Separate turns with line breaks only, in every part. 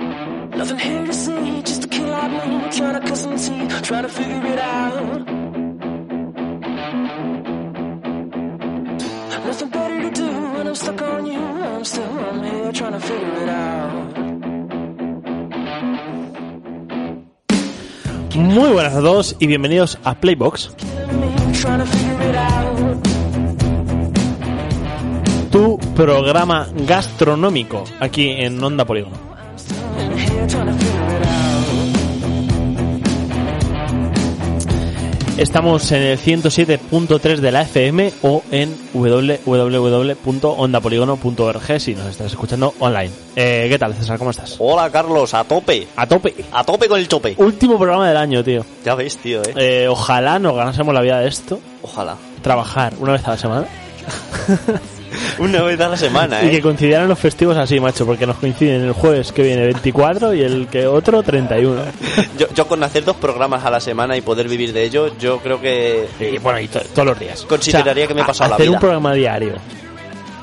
Nothing here to see, just a kid like me, trying to cut some teeth, trying to figure it out. Nothing better to do when I'm stuck on you. I'm still, I'm here trying to figure it out.
Muy buenas a todos y bienvenidos a Playbox,
Me, trying to figure it out.
tu programa gastronómico aquí en Onda Polígono.
In here trying to figure it out.
Estamos en el 107.3 de la FM o en www.ondapoligono.org si nos estás escuchando online. Eh, ¿Qué tal, César? ¿Cómo estás?
Hola Carlos, a tope,
A tope.
a tope con el chope.
Último programa del año, tío.
Ya ves, tío, eh.
Eh, ojalá nos ganásemos la vida de esto.
Ojalá.
Trabajar una vez a la semana.
Una vez a la semana,
Y que
eh.
coincidieran los festivos así, macho, porque nos coinciden el jueves que viene 24 y el que otro 31.
Yo, yo con hacer dos programas a la semana y poder vivir de ello, yo creo que...
Y bueno, y to- todos los días.
Consideraría que me he
a-
pasado la
hacer
vida. ¿Ah,
un programa diario.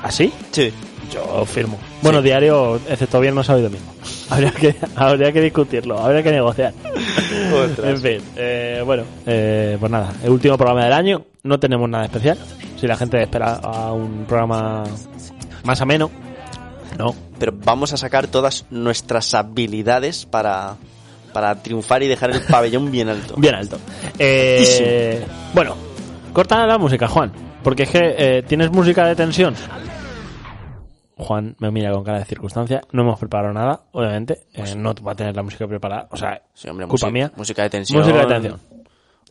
¿Así?
Sí.
Yo firmo. Bueno, diario, excepto viernes, sábado y domingo. Habría que, habría que discutirlo, habría que negociar. en
Ostras.
fin, eh, bueno, eh, pues nada, el último programa del año, no tenemos nada especial. Si la gente espera a un programa más ameno, no.
Pero vamos a sacar todas nuestras habilidades para, para triunfar y dejar el pabellón bien alto.
Bien alto. Eh, bueno, corta la música, Juan. Porque es que eh, tienes música de tensión. Juan me mira con cara de circunstancia. No hemos preparado nada, obviamente. Eh, no va a tener la música preparada. O sea,
Sí, hombre,
culpa
música-
mía.
música de tensión.
Música de tensión.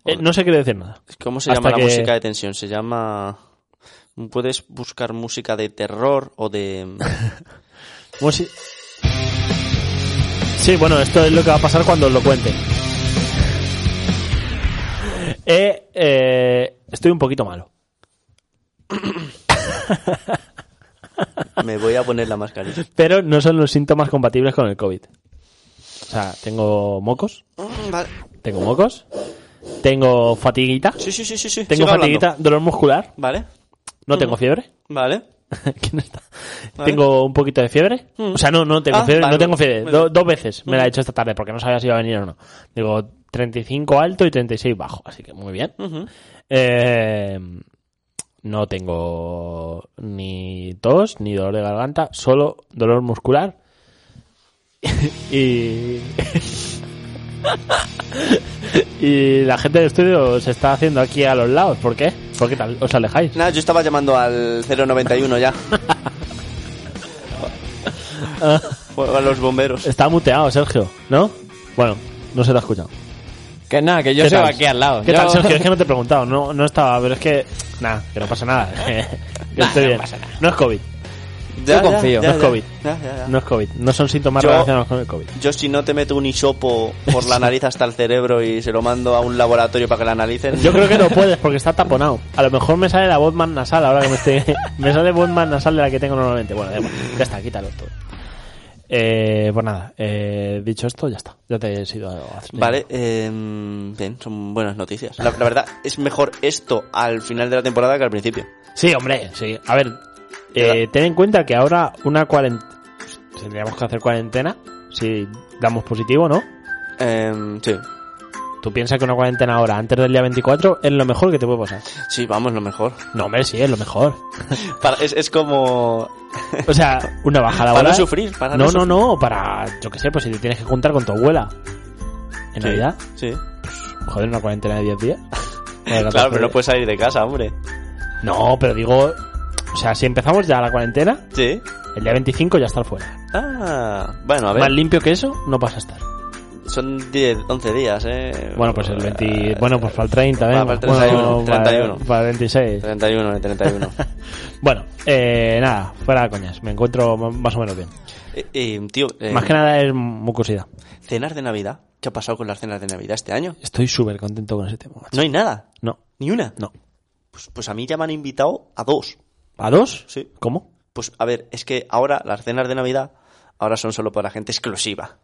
Eh, no se quiere decir nada.
¿Cómo se
Hasta
llama la
que-
música de tensión? Se llama... Puedes buscar música de terror o de...
Musi- Sí, bueno, esto es lo que va a pasar cuando os lo cuente. Eh, eh, estoy un poquito malo.
Me voy a poner la mascarilla.
pero no son los síntomas compatibles con el COVID. O sea, tengo mocos,
Mm, Vale.
tengo mocos, tengo fatiguita,
Sí, sí, sí, sí, sí.
tengo
Sigue hablando.
fatiguita, dolor muscular,
Vale,
no tengo fiebre.
vale.
¿Quién está?
Vale.
Tengo un poquito de fiebre. O sea, no, no tengo
Ah,
fiebre,
vale. Mm.
no tengo fiebre.
Vale.
Do- dos veces me la he hecho esta tarde porque no sabía si iba a venir o no. Digo, 35 alto y 36 bajo, así que muy bien. Eh, no tengo ni tos, ni dolor de garganta, solo dolor muscular. y... y la gente del estudio se está haciendo aquí a los lados. ¿Por qué? ¿Por qué tal? ¿Os alejáis?
Nada, yo estaba llamando al 091 ya. O a los bomberos.
Está muteado, Sergio, ¿no? Bueno, no se te ha escuchado.
Que nada, que yo
¿Qué
soy
tal?
aquí al lado.
¿Qué
Yo-
tal, Sergio? Es que no te he preguntado, no, no estaba, pero es que. Nada, que no pasa nada. que estoy
no
bien.
pasa nada.
No es COVID,
Ya,
Yo confío.
No es COVID.
ya, ya, ya.
no es COVID. No son síntomas
Yo-
relacionados con el COVID.
Yo si no te meto un hisopo por la nariz hasta el cerebro y se lo mando a un laboratorio para que lo analicen.
Yo creo que no puedes porque está taponado. A lo mejor me sale la voz más nasal ahora que me estoy. me sale voz más nasal de la que tengo normalmente. Bueno, da igual. ya está, quítalo todo. Eh, pues nada, eh, dicho esto, ya está. Ya te he sido.
Vale, eh, bien, son buenas noticias. La, la verdad, es mejor esto al final de la temporada que al principio.
Sí, hombre, sí. A ver, eh, ten en cuenta que ahora una cuarentena... Tendríamos que hacer cuarentena si damos positivo, ¿no?
Eh, sí,
Tú piensas que una cuarentena ahora, antes del día 24, es lo mejor que te puede pasar.
sí, vamos, lo mejor.
No, hombre, sí, es lo mejor.
Para- es, es como...
O sea, una baja laboral...
Para no sufrir, para
no,
no
no,
sufrir.
no, para... Yo qué sé, pues si te tienes que juntar con tu abuela. En
Sí,
Navidad,
Sí.
joder, una cuarentena de 10 días.
Claro, pero pues- no puedes salir de casa, hombre.
No, pero digo... O sea, si empezamos ya la cuarentena,
Sí.
el día 25 ya estar fuera.
Ah, bueno, a ver.
Más limpio que eso, no vas a estar.
Son 10, 11 días, ¿eh?
Bueno, pues el 20. Bueno, pues para el 30, venga.
Va, para el 31,
Bueno, para-
31.
Para, el 26.
31, el 31.
Bueno, eh, nada, fuera de coñas. Me encuentro m- más o menos bien.
Eh, eh, tío, eh,
Más que nada es mucosidad.
cenas de Navidad. ¿Qué ha pasado con las cenas de Navidad este año?
Estoy súper contento con ese tema. macho.
No hay nada.
No,
Ni una.
no.
Pues, pues a mí ya me han invitado a dos.
¿A dos?
Sí.
¿Cómo?
Pues a ver, es que ahora las cenas de Navidad ahora son solo para gente exclusiva.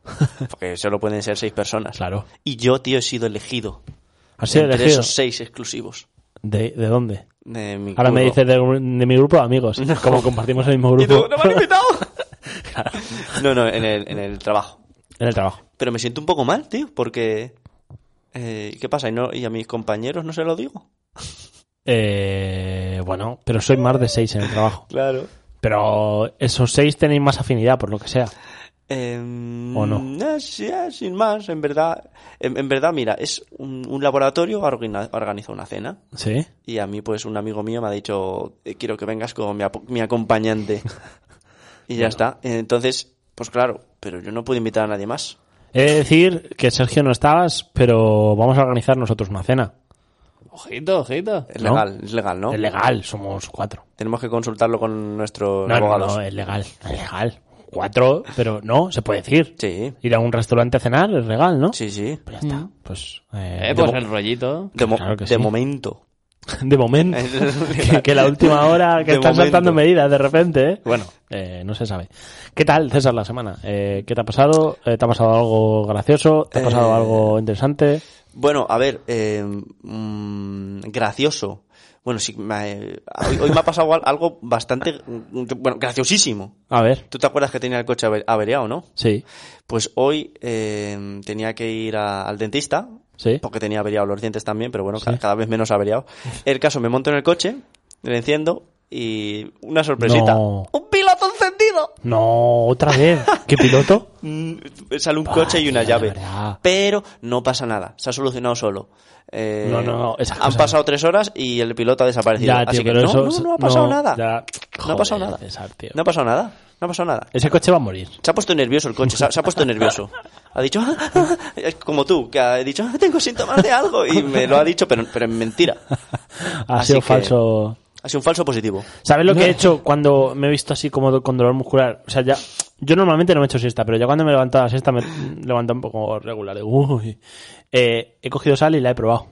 Porque solo pueden ser seis personas.
Claro.
Y yo, tío, he sido elegido.
¿Has sido
entre
elegido?
esos seis exclusivos.
¿De, de dónde?
de mi
Ahora me
curro.
dices de, de mi grupo de amigos. Como compartimos el mismo
¿Y tú?
grupo.
¿No me han invitado? no, no, en el, en el trabajo.
En el trabajo.
Pero me siento un poco mal, tío, porque... eh, ¿Qué pasa? ¿Y, no, ¿Y a mis compañeros no se lo digo?
Eh, bueno, pero soy más de seis en el trabajo.
Claro.
Pero esos seis tenéis más afinidad, por lo que sea.
Em,
¿O no?
eh, sin más, en verdad. En, en verdad, mira, es un, un laboratorio organiza- organiza una cena.
¿Sí?
Y a mí, pues, un amigo mío me ha dicho, eh, quiero que vengas con mi, apo- mi acompañante. y ya está. Entonces, pues claro, pero yo no puedo invitar a nadie más.
He de decir que Sergio no estabas, pero vamos a organizar nosotros una cena.
Ojito, ojito.
Es
¿No?
legal, es legal, ¿no?
Es legal, somos cuatro.
Tenemos que consultarlo con
No,
nuestros
no,
abogados.
no, eh. es legal, es legal. Cuatro, pero no, se puede decir.
Sí,
Ir a un restaurante a cenar es legal, ¿no?
sí, Mm. sí.
Pues ya está. Pues, eh,
Eh, pues el rollito.
De, mo-
Claro que
de
sí.
momento.
de momento. que, que la última hora que
De
están
momento.
saltando medidas de repente, ¿eh? Bueno, eh, no se sabe. ¿Qué tal, César, la semana? Eh, ¿Qué te ha pasado? Eh, ¿Te ha pasado algo gracioso? ¿Te ha pasado
Eh,
algo interesante?
Bueno, a ver, eh, mm, gracioso. Bueno, sí, me- eh, hoy, hoy me ha pasado al- algo bastante, mm, bueno, graciosísimo.
A ver,
¿Tú te acuerdas que tenía el coche aver- averiado, no?
sí,
Pues hoy eh, tenía que ir a- al dentista,
sí.
porque tenía averiado los dientes también, pero bueno,
Sí.
ca- cada vez menos averiado. El caso, me monto en el coche, le enciendo y una sorpresita.
No.
¡Un piloto encendido!
No, otra vez. ¿Qué piloto?
Mm, Sale un coche y
tío,
una
de
llave.
verdad.
Pero no pasa nada, se ha solucionado solo. Eh,
No, no, no, esas
Han
cosas-
pasado tres horas y el piloto ha desaparecido.
Ya, tío,
Así que
pero
no,
eso-
no, no ha pasado
no,
nada.
ya.
no ha pasado
Joder,
nada.
César, tío.
No ha pasado nada. No ha pasado nada.
Ese coche va a morir.
Se ha puesto nervioso el coche, se ha, se ha puesto nervioso. Ha dicho, "Ah, ah", es como tú, que ha dicho, "Ah, tengo síntomas de algo. Y me lo ha dicho, pero, pero en mentira.
Ha
Así
sido
que-
falso.
Ha sido un falso positivo.
¿Sabes lo que he hecho cuando me he visto así como do- con dolor muscular? O sea, ya. Yo normalmente no me echo siesta, pero ya cuando me levanto a la siesta me levanto un poco regular. digo, Uy. Eh, he cogido sal y la he probado.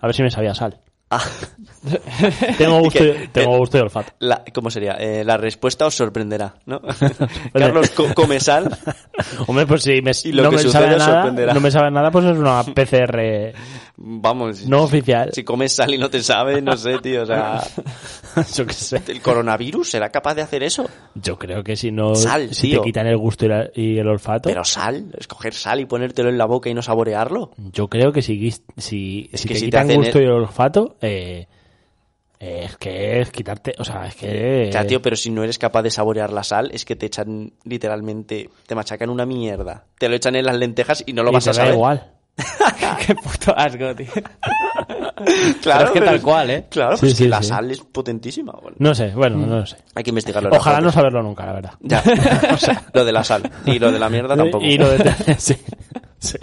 A ver si me sabía a sal.
Ah,
Tengo gusto,
¿Y
y,
qué?
tengo gusto y olfato.
la- ¿Cómo sería? Eh, la respuesta os sorprenderá, ¿no? Carlos co- come sal.
Hombre, pues si me,
Y lo
no,
que
me
suceda
sabe a
os
nada,
sorprenderá.
no me sabe a nada, pues es una PCR
Vamos,
no oficial.
si comes sal y no te sabe, no sé, tío. O sea,
Yo qué sé.
¿el coronavirus será capaz de hacer eso?
Yo creo que si no.
Sal,
si
tío.
te quitan el gusto y, la- y el olfato.
Pero sal, escoger sal y ponértelo en la boca y no saborearlo.
Yo creo que si, guis- si, si
que
te
si te
quitan
hacen
gusto
el-
y olfato, eh, eh, es que es quitarte. O sea, es que.
Ya, tío, pero si no eres capaz de saborear la sal, es que te echan literalmente, te machacan una mierda. Te lo echan en las lentejas y no lo
y
vas
te
a
da
saber.
igual.
Qué puto asco, tío.
Claro,
Pero es que tal cual, ¿eh?
Claro,
Sí,
pues es que
sí,
la
sí.
sal es potentísima. bueno.
No sé, bueno, no sé.
hay que investigarlo. en la
Ojalá
fuente.
no saberlo nunca, la verdad.
Ya. O sea, lo de la sal y lo de la mierda tampoco.
Y lo de- sí, sí.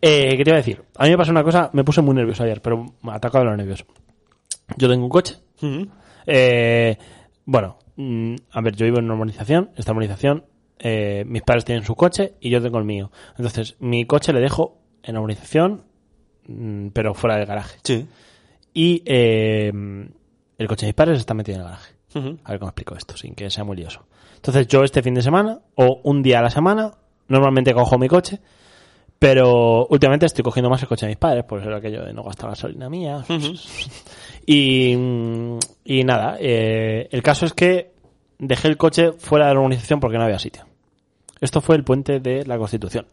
Eh, ¿Qué te iba a decir? A mí me pasó una cosa, me puse muy nervioso ayer, pero me ha atacado los nervios. Yo tengo un coche. Eh, bueno, mm, a ver, yo vivo en una urbanización, esta urbanización, eh, mis padres tienen su coche y yo tengo el mío. Entonces, mi coche le dejo en la urbanización, mm, pero fuera del garaje.
Sí.
Y eh, el coche de mis padres está metido en el garaje.
Ujú.
A ver cómo explico esto, sin que sea muy lioso. Entonces yo este fin de semana, o un día a la semana, normalmente cojo mi coche, pero últimamente estoy cogiendo más el coche de mis padres, por eso era aquello de no gastar gasolina mía. y, mm, y nada, eh, el caso es que dejé el coche fuera de la urbanización porque no había sitio. Esto fue el puente de la Constitución.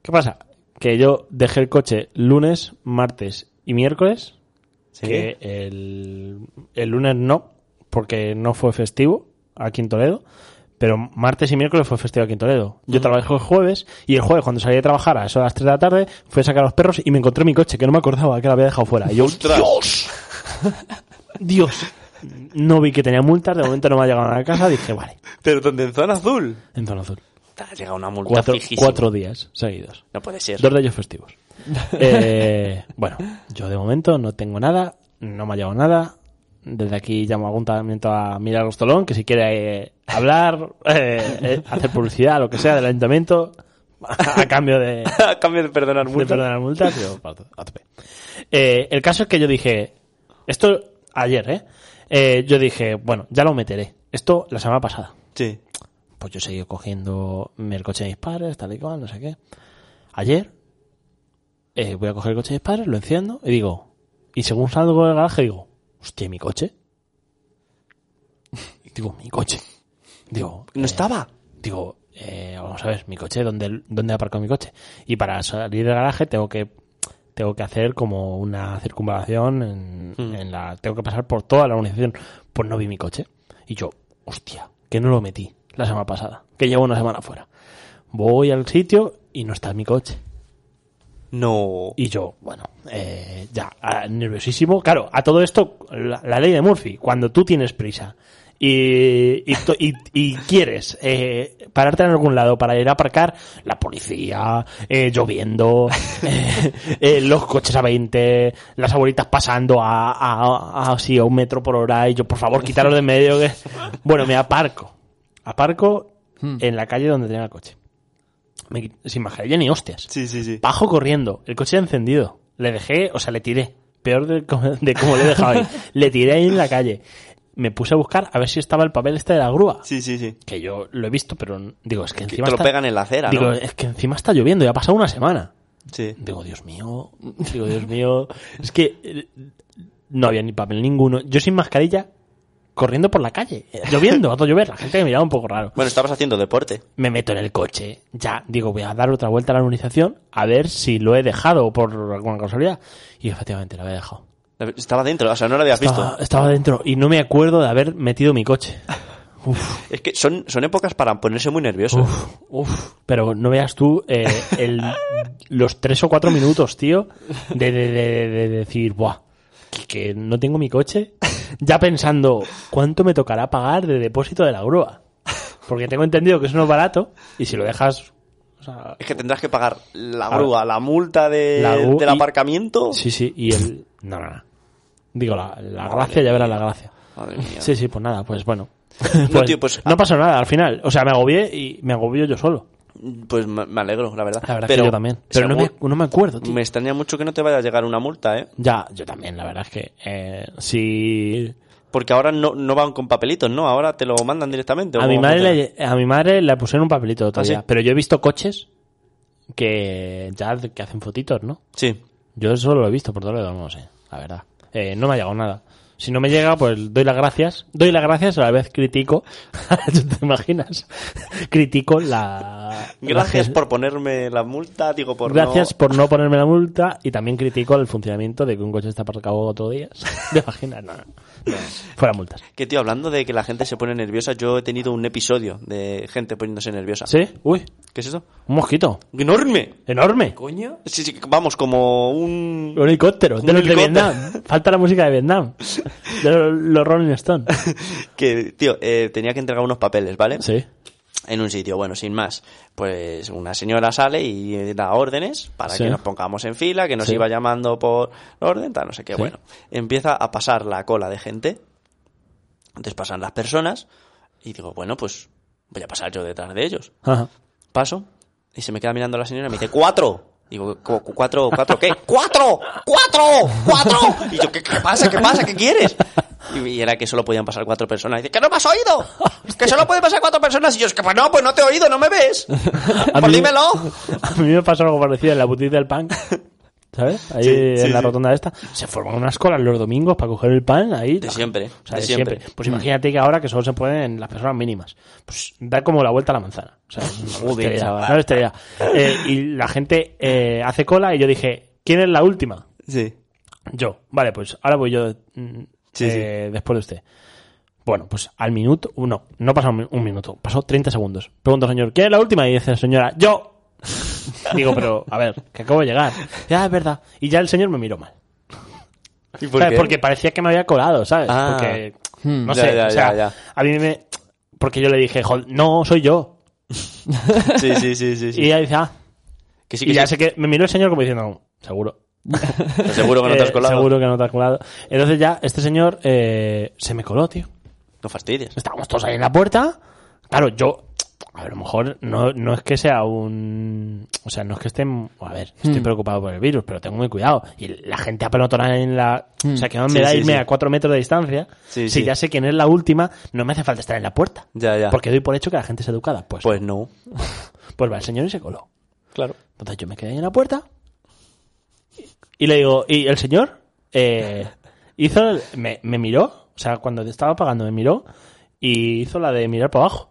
¿Qué pasa? Que yo dejé el coche lunes, martes y miércoles que el, el lunes no, porque no fue festivo aquí en Toledo, pero martes y miércoles fue festivo aquí en Toledo. Yo trabajé el jueves y el jueves cuando salí de trabajar a eso de las 3 de la tarde fui a sacar a los perros y me encontré mi coche que no me acordaba que lo había dejado fuera. Y yo,
¡Ostras!
Dios, no vi que tenía multas, de momento no me ha llegado a la casa, dije, vale,
Pero donde en zona azul.
en zona azul.
Te ha llegado una multa
Cuatro,
fijísima.
cuatro días seguidos.
No puede ser.
Dos de ellos festivos. Eh, bueno, yo de momento no tengo nada, no me ha llegado nada. Desde aquí llamo a ayuntamiento a Milagros Tolón, que si quiere eh, hablar, eh, eh, hacer publicidad, lo que sea, del ayuntamiento, a cambio de,
A cambio de perdonar
de
multa.
perdonar multas, yo parto, a tope. Eh, el caso es que yo dije, esto ayer, ¿eh? Eh, Yo dije, bueno, ya lo meteré. Esto la semana pasada
Sí.
pues yo seguí cogiendo el coche de mis padres, tal y cual, no sé qué. Ayer eh, voy a coger el coche de mis padres, lo enciendo y digo, y según salgo del garaje digo, hostia, ¿y ¿mi coche? Digo, mi coche. Digo, Eh.
No estaba.
digo, eh, vamos a ver, mi coche, ¿dónde, dónde aparco mi coche? Y para salir del garaje tengo que tengo que hacer como una circunvalación en, en la tengo que pasar por toda la organización pues no vi mi coche y yo hostia que no lo metí la semana pasada que llevo una semana fuera voy al sitio y no está mi coche
No.
y yo, bueno, eh, ya, ah, nerviosísimo. Claro, a todo esto, la, la ley de Murphy, cuando tú tienes prisa y, y, to- y- y quieres eh, pararte en algún lado para ir a aparcar, la policía, eh, lloviendo, eh, eh, los coches a 20, las abuelitas pasando a, a, a- así a un metro por hora y yo, por favor, quitaros de en medio. que- Bueno, me aparco. Aparco en la calle donde tenía el coche. Me qui- sin mascarilla ni hostias.
Sí, sí, sí.
Bajo corriendo, el coche encendido. Le dejé, o sea, le tiré. Peor de, como- de como le he dejado ahí. Le tiré ahí en la calle. Me puse a buscar a ver si estaba el papel este de la grúa.
Sí, sí, sí.
Que yo lo he visto, pero n- digo, es que
Que
encima
te lo
está...
pegan en la acera,
digo,
¿no?
es que encima está lloviendo, ya ha pasado una semana.
Sí.
Digo, Dios mío, digo, Dios mío. Es que eh, no había ni papel ninguno. Yo sin mascarilla, corriendo por la calle, eh, lloviendo, a todo llover. La gente me miraba un poco raro
Bueno, estabas haciendo deporte.
me meto en el coche. Ya, digo, voy a dar otra vuelta a la urbanización a ver si lo he dejado por alguna casualidad. Y efectivamente lo había dejado.
Estaba dentro, o sea, no lo habías
Estaba,
visto.
estaba dentro y no me acuerdo de haber metido mi coche.
Es que son, son épocas para ponerse muy nervioso.
Uf, uf. Pero no veas tú eh, el- los tres o cuatro minutos, tío, de, de- de- de decir, buah, que, que no tengo mi coche. Ya pensando, ¿cuánto me tocará pagar de depósito de la grúa? Porque tengo entendido que eso no es barato y si lo dejas... o sea,
Es que tendrás que pagar la grúa, la multa de,
La grúa
del
y-
aparcamiento.
Sí, sí, y el... No, no, no. Digo, la, la gracia, ya verás la gracia.
Madre mía.
Sí, sí, pues nada, pues bueno.
tío, pues-
no pasó nada al final. O sea, me agobié y me agobió yo solo.
Pues me me alegro, la verdad.
La verdad que yo también. Pero no me,
seguro-
no me acuerdo, tío.
me extraña mucho que no te vaya a llegar una multa, ¿eh?
Ya, yo también, la verdad es que eh, si...
Porque ahora no, no van con papelitos, ¿no? Ahora te lo mandan directamente. ¿o
A mi,
cómo
madre
funciona?
le, a mi madre le pusieron un papelito todavía,
¿Ah, sí?
pero yo he visto coches que ya que hacen fotitos, ¿no?
Sí.
Yo eso lo he visto por todo lo no sé, la verdad. Eh, no me ha llegado nada. Si no me llega, pues doy las gracias. Doy las gracias, a la vez critico. ¿Tú ¿Te imaginas? critico la...
Gracias
la-
por ponerme la multa, digo por
gracias
no...
por no ponerme la multa y también critico el funcionamiento de que un coche está aparcado todo día. ¿Te imaginas? No, no. No, Fuera multas.
Que tío, hablando de que la gente se pone nerviosa, yo he tenido un episodio de gente poniéndose nerviosa.
¿Sí? Uy,
¿Qué es eso?
un mosquito.
¡Enorme!
Enorme.
¿Coño?
Sí, sí, vamos, como un...
Un helicóptero. De
Un
los de
helicóptero.
Vietnam. Falta la música de Vietnam. De los, los Rolling Stones.
Que, tío, eh, tenía que entregar unos papeles, ¿vale?
Sí.
en un sitio. Bueno, sin más, pues una señora sale y eh, da órdenes para
Sí.
que nos pongamos en fila, que nos
Sí.
iba llamando por orden, tal, no sé qué.
Sí.
Bueno, empieza a pasar la cola de gente, entonces pasan las personas y digo, bueno, pues voy a pasar yo detrás de ellos.
Ajá.
Paso y se me queda mirando la señora y me dice, cuatro. Digo, "¿Cu- cu- cuatro, cuatro, ¿qué? ¡Cuatro! ¡Cuatro! ¡Cuatro! Y yo, ¿qué, qué pasa? ¿Qué pasa? ¿Qué quieres? Y, y era que solo podían pasar cuatro personas. Y dice, ¡que no me has oído! ¡Que solo pueden pasar cuatro personas! Y yo, es que pues no, pues no te he oído, no me ves. Pues
mí-
dímelo.
A mí me pasó algo parecido en la boutique del pan. ¿Sabes? Ahí
Sí,
en
sí,
la
sí.
rotonda esta. Se forman unas colas los domingos para coger el pan ahí.
De
la-
siempre,
O sea,
de
de siempre.
siempre. Mm.
Pues imagínate que ahora que solo se pueden las personas mínimas. Pues da como la vuelta a la manzana. O sea, no
Joder,
estaría-
chaval.
no estaría. Eh, y la gente eh, hace cola y yo dije, ¿quién es la última?
Sí.
Yo. Vale, pues ahora voy yo mm,
Sí,
eh, después de usted. Bueno, pues al minuto, no, no pasó un, mi- un minuto, pasó 30 segundos. Pregunto al señor, ¿quién es la última? Y dice la señora, yo. Digo, pero a ver, que acabo de llegar. Ya, es verdad. Y ya el señor me miró mal.
¿Y por
¿Sabes?
qué?
Porque parecía que me había colado, ¿sabes?
Ah.
Porque, no
Ya,
sé,
ya,
o sea,
ya, ya.
a mí me... Porque yo le dije, "Jol, no, soy yo.
Sí, sí, sí, sí. sí.
Y ella dice, ah.
que sí,
Y
que
ya
sí.
sé que me miró el señor como diciendo, seguro.
Pero Seguro que no te has
Eh,
colado.
seguro que no te has colado. Entonces ya, este señor eh, se me coló, tío.
No fastidies.
estábamos todos ahí en la puerta. Claro, yo. A lo mejor no, no es que sea un. O sea, no es que esté. A ver, estoy
Hmm.
preocupado por el virus, pero tengo muy cuidado. Y la gente apelotona en la. O sea, que más me
Hmm. Sí,
da
sí,
irme
sí.
a cuatro metros de distancia.
Sí,
si
sí.
ya sé quién es la última, no me hace falta estar en la puerta.
Ya, ya.
Porque doy por hecho que la gente es educada. Pues, pues,
Pues no.
va el señor y se coló.
Claro.
Entonces yo me quedé ahí en la puerta. Y le digo, ¿y el señor? Eh, hizo. el- me, me miró. O sea, cuando estaba pagando me miró. Y hizo la de mirar para abajo.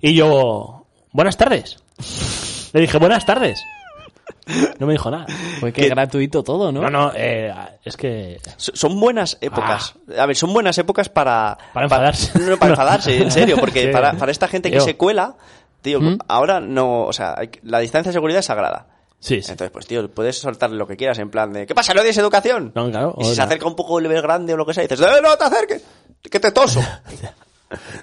Y yo. buenas tardes. Le dije, buenas tardes. No me dijo nada.
Pues que
Que-
gratuito todo, ¿no?
No, no, eh, es que...
So- Son buenas épocas.
Ah.
A ver, son buenas épocas para...
Para enfadarse.
no, para enfadarse, en serio. Porque
Sí. ¿Mm?
para, para esta gente que
Tío.
se cuela, tío, ahora no... O sea, hay que- la distancia de seguridad es sagrada.
Sí, sí.
Entonces, pues, tío, puedes soltar lo que quieras en plan de... ¿Qué pasa? ¿No tienes educación?
No, claro,
y si se
hola.
acerca un poco el bebé grande o lo que sea, dices... ¡Eh, no te acerques! ¡Que te toso!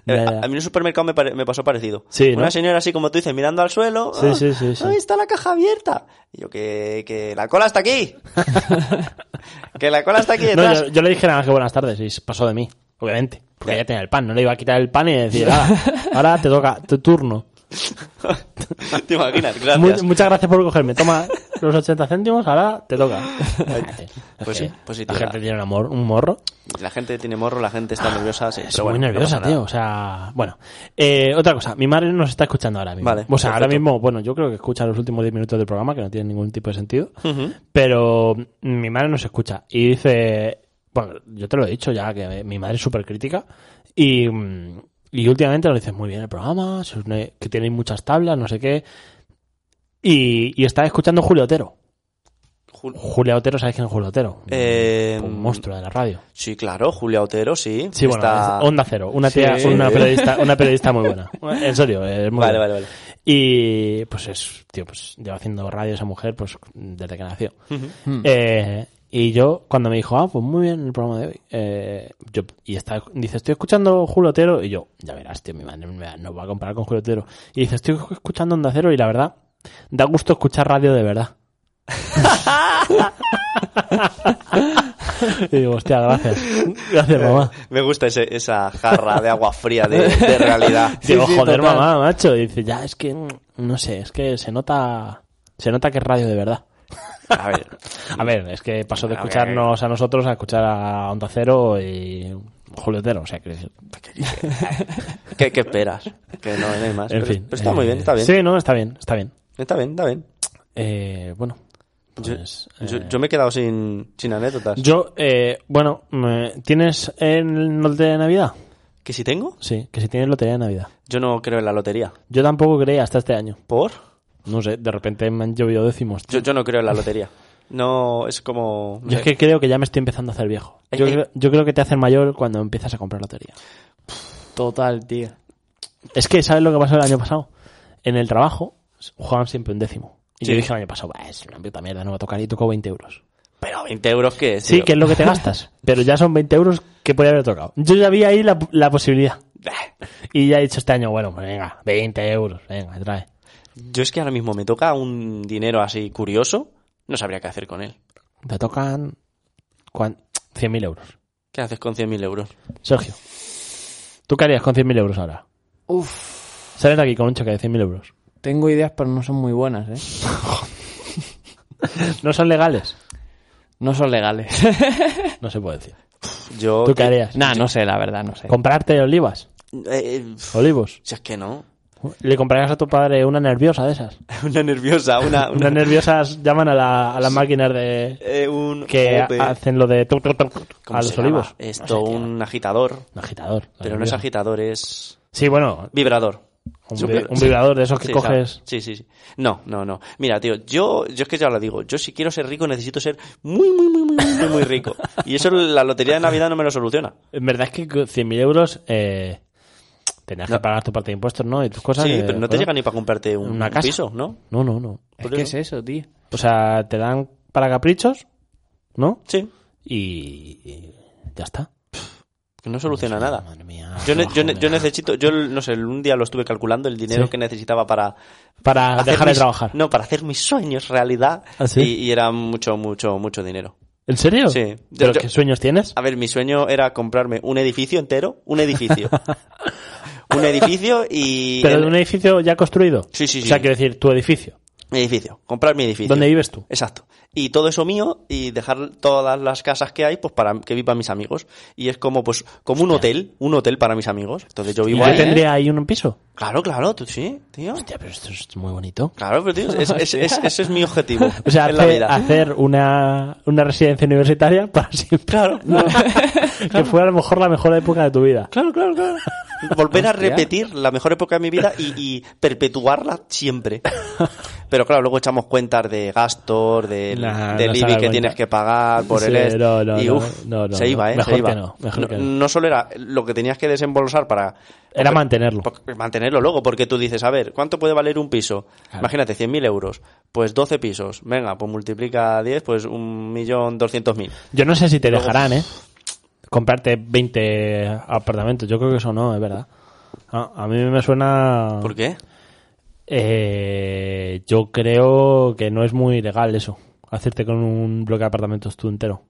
Ya,
Eh,
ya.
A, a mí en un supermercado me, pare- me pasó parecido.
Sí, ¿no?
Una señora así, como tú dices, mirando al suelo.
Sí,
"Ah,
sí, sí, sí.
¡Ay, está la caja abierta! Y yo, que, que la cola está aquí. que la cola está aquí
No,
detrás.
yo, yo le dije nada más que buenas tardes y pasó de mí, obviamente. Porque ya tenía el pan, no le iba a quitar el pan y decir, "Ahora- ahora te toca tu turno.
Te imaginas,
Mu-
gracias.
muchas gracias por cogerme. Toma los 80 céntimos, ahora te toca.
Pues sí, pues sí,
La
tío,
gente
la-
tiene un, amor, un morro.
La gente tiene morro, la gente está nerviosa. Sí,
Ah, Es
pero
muy
bueno, no
nerviosa,
pasa nada.
tío. O sea, bueno. Eh, otra cosa, mi madre nos está escuchando ahora mismo.
Vale,
o sea,
perfecto.
ahora mismo, bueno, yo creo que escucha los últimos 10 minutos del programa, que no tiene ningún tipo de sentido. Pero mi madre nos escucha y dice. Bueno, yo te lo he dicho ya, que mi madre es súper crítica. Y, mm, y últimamente nos dice muy bien el programa, se une- que tenéis muchas tablas, no sé qué. Y, y está escuchando Julio Otero.
Jul-
Julio Otero, ¿sabéis quién es Julio Otero?
Eh,
un monstruo de la radio.
Sí, claro, Julia Otero, sí.
Sí, bueno,
Está-
es Onda Cero, una tía,
Sí.
una periodista, una periodista muy buena. En serio, eh, es muy
Vale,
buena.
vale, vale.
Y pues es, tío, pues lleva haciendo radio esa mujer pues desde que nació.
Hmm.
Eh, y yo, cuando me dijo, ah, pues muy bien el programa de hoy, eh, yo, y está, dice, estoy escuchando Julio Otero, y yo, ya verás, tío, mi madre me va- nos va a comparar con Julio Otero. Y dice, estoy escuchando Onda Cero, y la verdad, da gusto escuchar radio de verdad. y digo, hostia, gracias. Gracias, mamá.
Me gusta ese- esa jarra de agua fría de, de realidad.
Digo,
sí,
joder,
total.
mamá, macho. Y dice, ya, es que, mm, no sé, es que se nota, se nota que es radio de verdad.
A ver,
A ver, es que pasó de
A ver.
escucharnos a nosotros a escuchar a Onda Cero y Julio Otero, o sea, que...
¿qué, qué esperas? Que no, no hay más.
En
pero,
fin.
pero está
eh,
muy bien, está bien.
Sí, no, está bien, está bien.
Está bien, está bien.
Eh, bueno,
Yo,
pues,
yo-
eh,
yo me he quedado sin, sin anécdotas.
yo, eh, bueno, me- ¿tienes el lotería de Navidad?
¿Que si tengo?
Sí, que si tienes lotería de Navidad.
Yo no creo en la lotería.
Yo tampoco creía hasta este año.
¿Por?
No sé, de repente me han llovido décimos.
Yo,
tío.
yo no creo en la lotería. No, es como...
Yo es que creo que ya me estoy empezando a hacer viejo. Yo,
Eh, eh.
creo- yo creo que te hacen mayor cuando empiezas a comprar lotería.
Total, tío.
Es que, ¿sabes lo que pasó el año pasado? En el trabajo jugaban siempre un décimo. Y
Sí.
yo dije el año pasado, "Bah, es una puta mierda, no va a tocar y tocó 20 euros.
Pero 20 euros que es.
Sí,
tío?
que es lo que te gastas, pero ya son 20 euros que podía haber tocado. Yo ya vi ahí la, la posibilidad. Y ya he dicho este año, bueno, pues venga, 20 euros, venga, trae.
Yo es que ahora mismo me toca un dinero así curioso. No sabría qué hacer con él.
Te tocan cuan- 100.000 euros.
¿Qué haces con 100.000 euros?
Sergio, ¿tú qué harías con 100.000 euros ahora?
Uf,
Sales de aquí con un cheque de 100.000 euros.
tengo ideas, pero no son muy buenas, ¿eh?
¿No son legales?
No son legales.
No se puede decir.
Yo...
¿Tú qué harías?
nah, no sé, la verdad, no sé.
¿Comprarte olivas?
Eh, eh, pf,
¿Olivos?
si es que no.
¿Le comprarías a tu padre una nerviosa de esas?
Una nerviosa, una... una-
Unas nerviosas llaman a, la- a las máquinas de
eh, un...
que
joder,
hacen lo de tuc, tuc, tuc,
¿cómo
a
se
los
llama?
olivos.
Esto, un agitador.
Un agitador. la
Pero no es
nerviosa.
agitador, es...
Sí, bueno,
Vibrador.
un,
Sí,
vi-
pero-
un vibrador de esos que
Sí,
coges.
sabe. Sí, sí, sí. No, no, no. Mira, tío, yo, yo es que ya lo digo. Yo si quiero ser rico necesito ser muy, muy, muy, muy, muy, muy rico. Y eso la lotería de Navidad no me lo soluciona.
En verdad es que con 100.000 euros eh, tenías que
No.
pagar tu parte de impuestos, ¿no? Y tus cosas.
Sí,
eh,
pero no te
bueno,
llega ni para comprarte un
una casa.
piso, ¿no?
No, no, no.
Es que es eso, tío.
O sea, te dan para caprichos, ¿no?
Sí,
Y, y ya está.
que no soluciona
Sí,
nada.
Madre mía.
Yo, ne-
trabajo
yo, ne-
me
yo
da.
necesito, yo no sé, un día lo estuve calculando el dinero
Sí.
que necesitaba para...
Para
hacer
dejar de
mis-
trabajar.
No, para hacer mis sueños realidad.
¿Ah, sí?
y, y era mucho, mucho, mucho dinero.
¿En serio?
Sí. Yo-
¿Pero
yo-
qué sueños tienes?
A ver, mi sueño era comprarme un edificio entero, un edificio. un edificio y...
¿Pero
en-
de un edificio ya construido?
Sí, sí, sí.
O sea, quiero decir, tu edificio.
Mi edificio, comprar mi edificio.
¿Dónde vives tú?
Exacto. Y todo eso mío y dejar todas las casas que hay pues para que vivan mis amigos. Y es como pues como un hotel, un hotel para mis amigos. Entonces yo
¿Y
vivo
yo
ahí.
tendré ahí un piso?
Claro, claro, tú sí, tío.
Hostia, pero esto es muy bonito.
Claro, pero tío, es- es- es- ese es mi objetivo
O sea,
en la
hace- ah,
vida.
hacer una, una residencia universitaria para siempre.
Claro,
Que fue a lo mejor la mejor época de tu vida.
claro, claro, claro. Volver a repetir la mejor época de mi vida y, y perpetuarla siempre. Pero claro, luego echamos cuentas de gastos, del,
Nah,
del
no se
IBI
da
que
cuenta.
tienes que pagar por el
Sí,
est-
no, no,
y
no,
uf,
no, no,
se
no.
iba, eh,
Mejor
se iba.
que no, mejor
no,
que no.
no solo era lo que tenías que desembolsar para
Era mantenerlo.
por- mantenerlo luego, porque tú dices, a ver, ¿cuánto puede valer un piso? Imagínate, 100.000 euros, pues 12 pisos, venga, pues multiplica 10, pues 1.200.000.
Yo no sé si te dejarán, ¿eh?
pues-
Comprarte 20 apartamentos. Yo creo que eso no, es verdad. Ah, a mí me suena...
¿Por qué?
Eh, yo creo que no es muy legal eso. Hacerte con un bloque de apartamentos tú entero.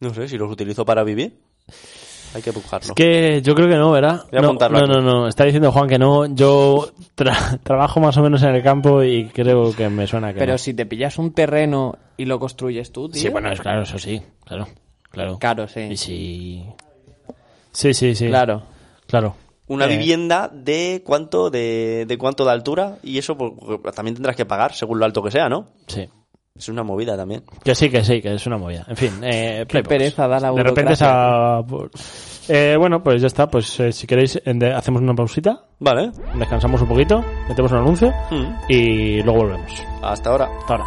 No sé, si los utilizo para vivir, hay que buscarlo.
Es que yo creo que no, ¿verdad?
Voy a
no,
apuntarlo
no,
aquí.
no, no. Está diciendo Juan que no. Yo tra- trabajo más o menos en el campo y creo que me suena que
Pero
no.
si te pillas un terreno y lo construyes tú, tío.
Sí, bueno, es claro, eso sí. Claro, claro.
Caro, sí.
Y si... Sí, sí, sí.
Claro.
Claro.
Una
Eh.
vivienda de cuánto, de, de cuánto de altura, y eso pues, también tendrás que pagar según lo alto que sea, ¿no?
Sí.
Es una movida también.
Que sí, que sí, que es una movida. En fin, eh, Playbox.
pereza da la
De repente
burocracia.
esa... Eh, bueno, pues ya está. Pues eh, si queréis, en de- hacemos una pausita,
Vale.
descansamos un poquito, metemos un anuncio
Mm.
y luego volvemos.
Hasta ahora.
Hasta ahora.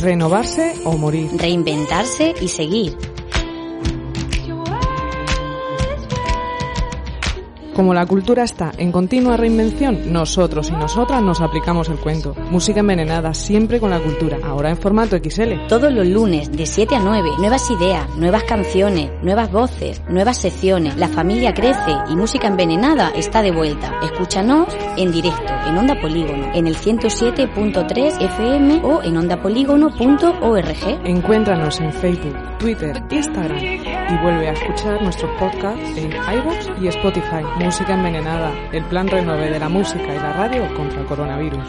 Renovarse o morir.
reinventarse y seguir.
Como la cultura está en continua reinvención, nosotros y nosotras nos aplicamos el cuento. Música envenenada siempre con la cultura, ahora en formato XL.
Todos los lunes de 7 a 9, nuevas ideas, nuevas canciones, nuevas voces, nuevas secciones. La familia crece y Música Envenenada está de vuelta. Escúchanos en directo en Onda Polígono, en el 107.3 FM o en ondapolígono.org.
Encuéntranos en Facebook, Twitter, Instagram y vuelve a escuchar nuestros podcasts en iVoox y Spotify. Música envenenada, el plan renove de la música y la radio contra el coronavirus.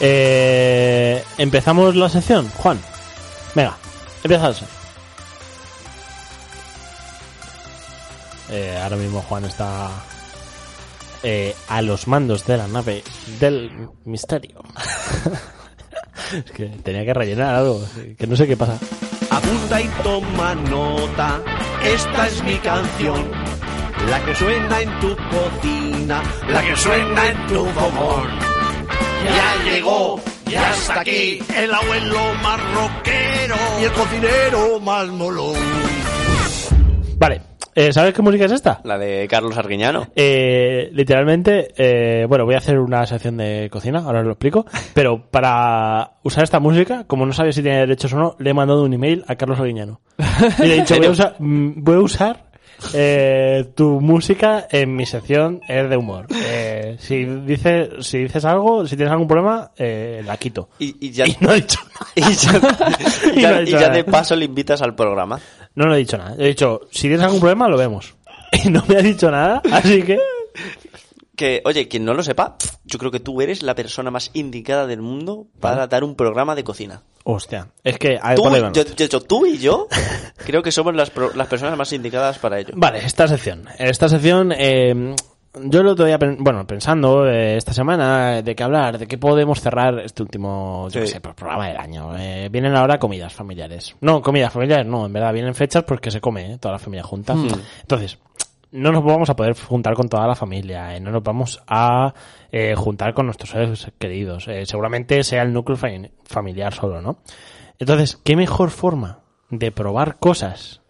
Eh, Empezamos la sección, Juan. Venga, empieza la sección. Eh, ahora mismo Juan está eh, a los mandos de la nave del misterio. es que tenía que rellenar algo, que no sé qué pasa.
Apunta y toma nota, esta es mi canción. La que suena en tu cocina, la que suena en tu fogón. Ya llegó, ya está aquí, el abuelo más rockero y el cocinero más molón.
Vale, eh, ¿sabes qué música es esta?
La de Carlos Arguiñano.
Eh, literalmente, eh, bueno, voy a hacer una sección de cocina, ahora os lo explico. Pero para usar esta música, como no sabía si tiene derechos o no, le he mandado un email a Carlos Aguiñano. Y le he dicho, voy a usar, mm, voy a usar, eh, tu música en mi sección es de humor. Eh, si, dices, si dices algo, si tienes algún problema, eh, la quito.
Y, y ya,
Y no he dicho nada. Y
y ya- y ya-
no ha
y
dicho
ya
nada.
de paso le invitas al programa.
No, no he dicho nada. He dicho, si tienes algún problema, lo vemos. Y no me ha dicho nada, así que...
Que, oye, quien no lo sepa, yo creo que tú eres la persona más indicada del mundo para dar un programa de cocina.
Hostia, es que... a ver,
Tú,
ponle
yo,
manos.
yo- yo- tú y yo creo que somos las, pro- las personas más indicadas para ello.
Vale, esta sección. Esta sección, eh, yo el otro día, pen- bueno, pensando eh, esta semana eh, de qué hablar, de qué podemos cerrar este último, yo qué
Sí.
sé, pro- programa del año. Eh, vienen ahora comidas familiares. No, comidas familiares no, en verdad, vienen fechas porque se come eh, toda la familia junta. Entonces, no nos vamos a poder juntar con toda la familia, eh, no nos vamos a eh, juntar con nuestros seres queridos. eh, seguramente sea el núcleo fa- familiar solo, ¿no? Entonces, ¿qué mejor forma de probar cosas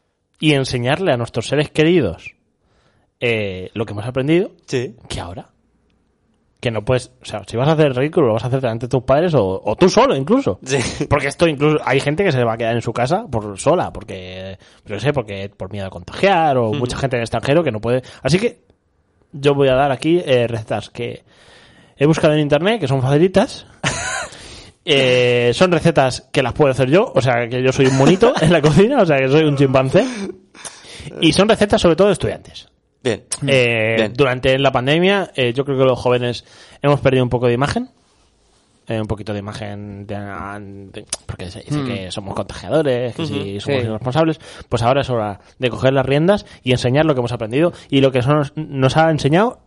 y enseñarle a nuestros seres queridos eh, lo que hemos aprendido
Sí.
que ahora? Que no puedes, o sea, si vas a hacer el ridículo, lo vas a hacer delante de tus padres o, o tú solo incluso.
Sí.
Porque esto incluso hay gente que se va a quedar en su casa por sola, porque yo sé, porque por miedo a contagiar o mucha gente en el extranjero que no puede. Así que yo voy a dar aquí eh, recetas que he buscado en internet que son facilitas. Eh, son recetas que las puedo hacer yo, o sea que yo soy un monito en la cocina, o sea que soy un chimpancé. Y son recetas sobre todo de estudiantes.
Bien.
Eh,
Mm. Bien.
durante la pandemia, eh, yo creo que los jóvenes hemos perdido un poco de imagen. eh, un poquito de imagen de- de- porque se
Mm.
dice que somos contagiadores, que si somos
sí.
irresponsables. Pues ahora es hora de coger las riendas y enseñar lo que hemos aprendido y lo que eso nos, nos ha enseñado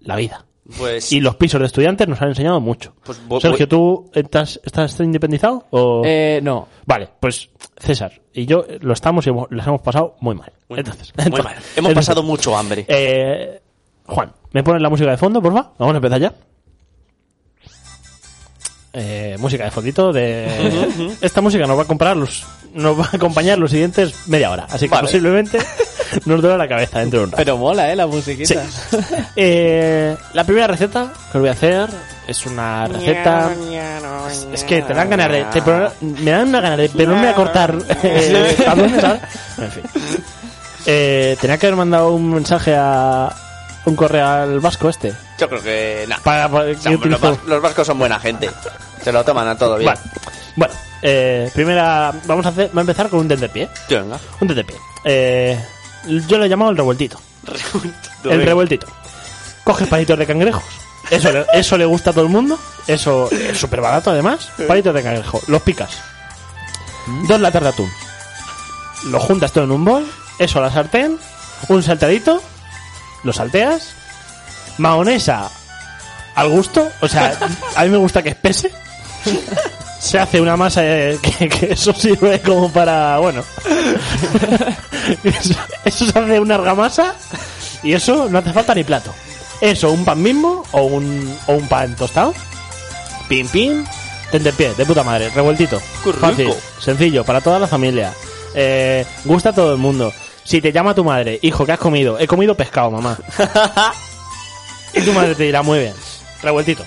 la vida.
Pues
Y los pisos de estudiantes nos han enseñado mucho.
Pues vo-
Sergio,
voy-
¿tú estás, estás independizado? O...
Eh, no.
Vale, pues César y yo lo estamos y hemos- las hemos pasado muy mal.
Muy
entonces,
mal, muy mal.
entonces-
Hemos
entonces-
pasado mucho hambre.
eh, Juan, ¿me pones la música de fondo, porfa? Vamos a empezar ya. Eh, música de fondito de... Esta música nos va a comprar los, nos va a acompañar los siguientes media hora. Así que
Vale.
posiblemente nos duele la cabeza dentro de un rato.
Pero mola, ¿eh? La musiquita.
Eh, la primera receta que os voy a hacer es una receta... Es que te dan ganas de... te- pero- me dan una ganas de... Pero no me voy a cortar. eh, tazones ahora. en fin. Eh, tenía que haber mandado un mensaje a... Un correo al vasco este.
Yo creo que nada.
Para, para- que
los,
utilizó.
vas- los vascos son buena gente. Se lo toman a todo bien.
Vale. Bueno, eh, primera... Vamos a, hacer, va a empezar con un tentempié.
Yo, venga.
Un tentempié. Eh, yo lo he llamado el revueltito. el
Venga.
revueltito. Coges palitos de cangrejos. Eso le, eso le gusta a todo el mundo. Eso es súper barato, además. Palitos de cangrejo. Los picas. Dos latas de atún. Lo juntas todo en un bol. Eso a la sartén. Un saltadito. Lo salteas. Mahonesa al gusto. O sea, a mí me gusta que espese. Se hace una masa eh, que, que eso sirve como para. Bueno. Eso, eso se hace una argamasa y eso no hace falta ni plato. Eso, un pan mismo o un, o un pan tostado. Pim, pim. Tente pie, de puta madre, revueltito.
Qué rico.
Fácil, sencillo, para toda la familia. Eh, gusta a todo el mundo. Si te llama tu madre, hijo, ¿qué has comido? He comido pescado, mamá. y tu madre te dirá, muy bien. Revueltito.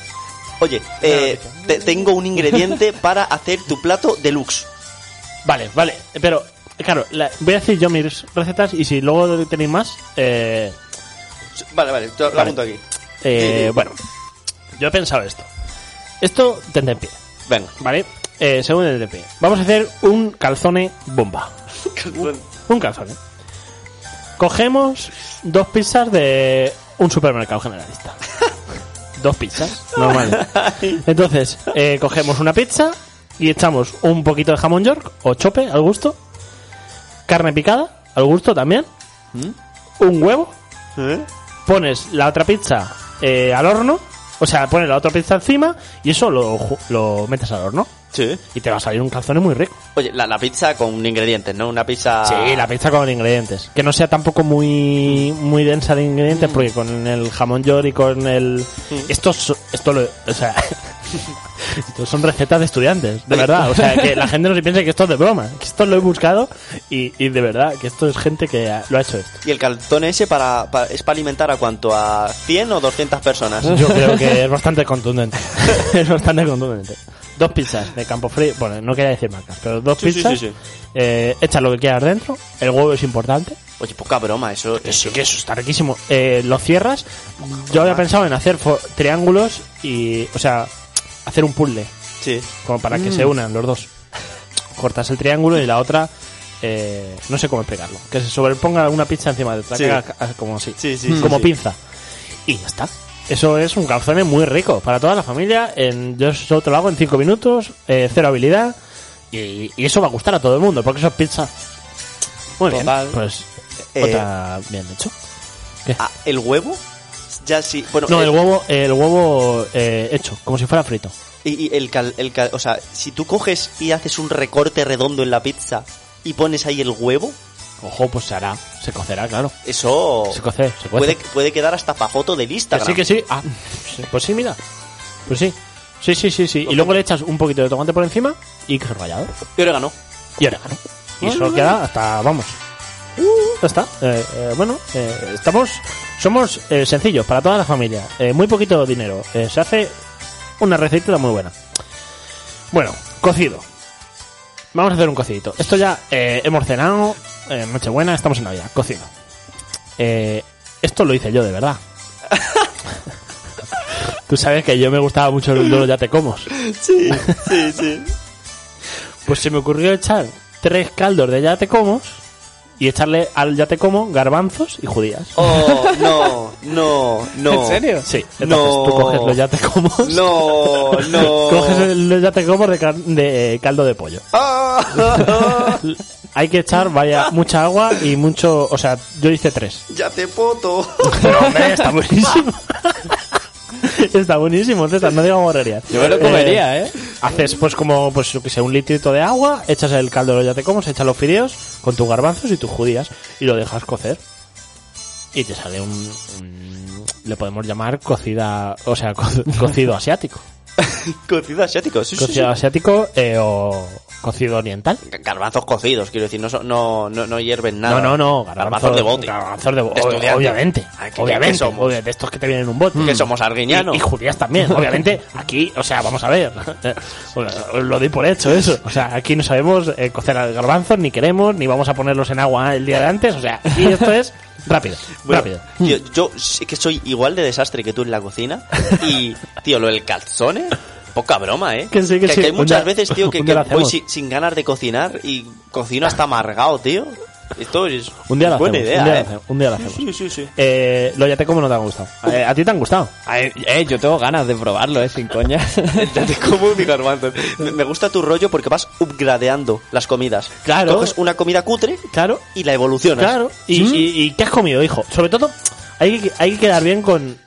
Oye, eh, te- tengo un ingrediente para hacer tu plato deluxe.
Vale, vale, pero claro, la- voy a decir yo mis recetas y si luego tenéis más, eh,
Vale, vale, yo lo
Vale.
apunto aquí.
eh, bueno, yo he pensado esto. Esto tendré en pie,
Venga.
¿vale? Eh, según el pie. Vamos a hacer un calzone bomba. Un calzone. Cogemos dos pizzas de un supermercado generalista. Dos pizzas, normal. Entonces, eh, cogemos una pizza y echamos un poquito de jamón york o chope al gusto. Carne picada al gusto también. Un huevo. Pones la otra pizza eh, al horno. O sea, pones la otra pizza encima y eso lo, ju- lo metes al horno.
Sí.
Y te va a salir un calzone muy rico.
Oye, la, la pizza con ingredientes, ¿no? Una pizza...
Sí, la pizza con ingredientes. Que no sea tampoco muy muy densa de ingredientes, porque con el jamón york y con el... Esto, so- esto lo... O sea... esto son recetas de estudiantes, de verdad. O sea, que la gente no se piense que esto es de broma. Que esto lo he buscado y, y de verdad, que esto es gente que ha- lo ha hecho esto.
Y el calzón ese para, para- es para alimentar a cuánto, a 100 o 200 personas.
Yo creo que es bastante contundente. es bastante contundente. Dos pizzas de campo frío. Bueno, no quería decir marcas, pero dos
Sí, sí,
pizzas.
sí, sí.
eh, echa lo que quieras dentro. El huevo es importante.
Oye, poca broma, eso...
Que sí,
eso-
que eso está riquísimo. Eh, lo cierras. Yo había pensado en hacer fo- triángulos y. O sea, hacer un puzzle.
Sí.
Como para que
Mm.
se unan los dos. Cortas el triángulo y la otra. eh, no sé cómo explicarlo. Que se sobreponga una pizza encima de otra.
Sí.
que haga ca- Como así.
Sí, sí, sí,
como
sí.
pinza. Y ya está. Eso es un calzone muy rico para toda la familia. En, yo eso te lo hago en 5 minutos. eh, cero habilidad. Y, y eso va a gustar a todo el mundo. Porque eso es pizza. Muy bien.
Total.
Pues.
Eh,
otra bien hecho.
Ah, ¿El huevo? Ya sí. Bueno,
No,
eh,
el huevo, el huevo eh, hecho, como si fuera frito.
Y, y el cal, el cal- o sea, si tú coges y haces un recorte redondo en la pizza y pones ahí el huevo,
Ojo, pues se hará. Se cocerá, claro.
Eso
Se coce, se
puede,
cuece.
puede quedar hasta pajoto del
Que
Instagram.
sí, que sí. Ah, pues sí, mira. Pues sí. Sí, sí, sí, sí. Y luego le echas un poquito de tomate por encima y queso rallado.
Y orégano.
Y orégano. Y eso queda hasta, vamos. Ya está. Eh, eh, bueno, eh, estamos, somos eh, sencillos para toda la familia. Eh, muy poquito dinero. Eh, se hace una receta muy buena. Bueno, cocido. Vamos a hacer un cocidito. Esto ya eh, hemos cenado, eh, Nochebuena, estamos en Navidad. Cocido. Eh, esto lo hice yo, de verdad. Tú sabes que yo me gustaba mucho el duro ya te comos.
Sí, sí.
Pues se me ocurrió echar tres caldos de ya te comos y echarle al ya te como garbanzos y judías.
Oh, no, no, no.
¿En serio?
Sí, entonces
No.
tú coges los ya te comos.
No, no.
Coges el- los ya te comos de, car- de, eh, caldo de pollo.
Ah,
Hay que echar vaya mucha agua y mucho, o sea, yo hice tres.
ya te poto.
Pero hombre, está buenísimo. Está buenísimo, César, no digo borrería.
Yo me lo comería, ¿eh?
Haces pues como, pues yo que sé, un litrito de agua, echas el caldo de los ya te comes, echas los fideos con tus garbanzos y tus judías y lo dejas cocer. Y te sale un, un- le podemos llamar cocida, o sea, co- cocido asiático.
Cocido asiático, sí, sí, sí.
Cocido asiático eh, o cocido oriental.
Garbanzos cocidos, quiero decir, no, son- no, no, no hierven nada.
No, no, no,
Garbanzos de bote.
Garbanzos de bote.
estudiante.
Obviamente.
Ay, que- que
obviamente.
somos.
obvia- de estos que te vienen en un bote.
Que somos arguiñanos.
Y, y judías también, obviamente. Aquí, o sea, vamos a ver. Lo- Lo doy por hecho, eso. O sea, aquí no sabemos eh, cocer garbanzos, ni queremos, ni vamos a ponerlos en agua el día de antes. O sea, aquí esto es rápido.
Bueno,
rápido.
tío, yo sí que soy igual de desastre que tú en la cocina. Y, tío, lo del calzone, poca broma, ¿eh?
Que sí, que sí.
hay
Un
muchas
día-
veces, tío, que,
un día
que
lo
voy
hacemos.
sin, sin ganas de cocinar y cocino hasta amargado, tío. Esto es
Un día lo
buena
hacemos.
idea,
un, día
¿eh?
lo hacemos un día lo hacemos.
Sí, sí, sí.
Eh, lo ya te como no te ha gustado. Eh, ¿A ti te han gustado?
Ay, eh, yo tengo ganas de probarlo, eh, sin coña.
Ya te como mi garbanzo. Me me gusta tu rollo porque vas upgradeando las comidas.
Claro.
Coges una comida cutre
Claro.
y la evolucionas.
Claro. Y,
Sí.
y- y qué has comido, hijo? Sobre todo, hay que, hay que quedar bien con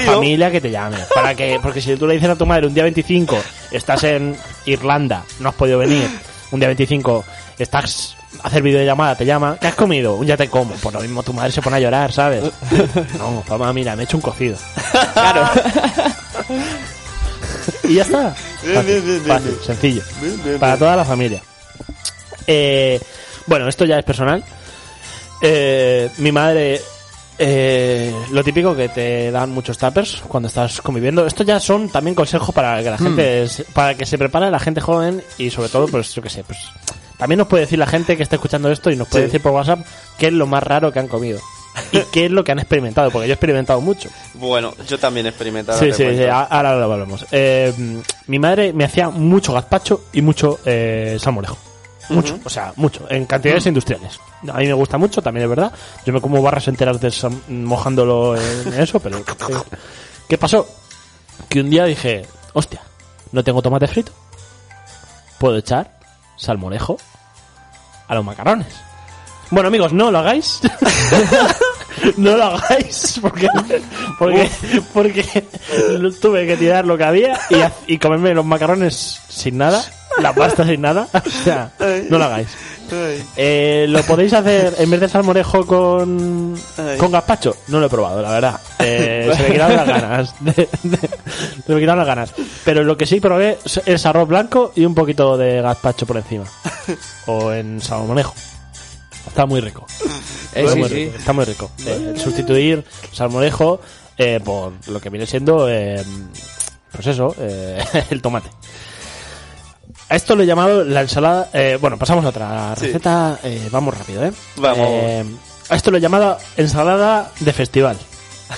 la familia que te llame. Para que, porque si tú le dices a tu madre un día 25 estás en Irlanda, no has podido venir, un día 25 estás a hacer videollamada, te llama, ¿qué has comido? Un ya te como. Por lo mismo tu madre se pone a llorar, ¿sabes? No, mamá, mira, me he hecho un cocido.
claro.
Y ya está. Fácil, fácil, sencillo. Para toda la familia. Eh, bueno, esto ya es personal. Eh, mi madre, eh, lo típico que te dan muchos tappers cuando estás conviviendo. Esto ya son también consejos para que la gente, se- para que se prepare la gente joven y sobre todo, pues yo que sé, pues también nos puede decir la gente que está escuchando esto y nos puede decir por WhatsApp qué es lo más raro que han comido y qué es lo que han experimentado, porque yo he experimentado mucho.
Bueno, yo también he experimentado.
Sí,
te
sí, ah,
cuento.
sí, a- ahora lo hablamos. Eh, mm, mi madre me hacía mucho gazpacho y mucho eh, salmorejo. Mucho, o sea, mucho, en cantidades industriales. A mí me gusta mucho, también es verdad. Yo me como barras enteras de sam- mojándolo en eso, pero... eh, ¿Qué pasó? Que un día dije, hostia, no tengo tomate frito. Puedo echar salmorejo a los macarrones. Bueno, amigos, no lo hagáis. no lo hagáis porque, porque, porque lo- tuve que tirar lo que había y, ha- y comerme los macarrones sin nada, la pasta sin nada. O sea, no lo hagáis. Eh, lo podéis hacer en vez de salmorejo con, con gazpacho. No lo he probado, la verdad. Eh, se me quitaron las ganas. De- de- se me quitaron las ganas. Pero lo que sí probé es arroz blanco y un poquito de gazpacho por encima. O en salmorejo. Está muy rico.
Eh,
Está
sí,
muy
sí.
rico, está muy rico. Eh, sustituir salmorejo eh, por lo que viene siendo, eh, pues eso, eh, el tomate. A esto lo he llamado la ensalada. eh, bueno, pasamos a otra receta. eh, vamos rápido, ¿eh?
Vamos.
Eh, a esto lo he llamado ensalada de festival.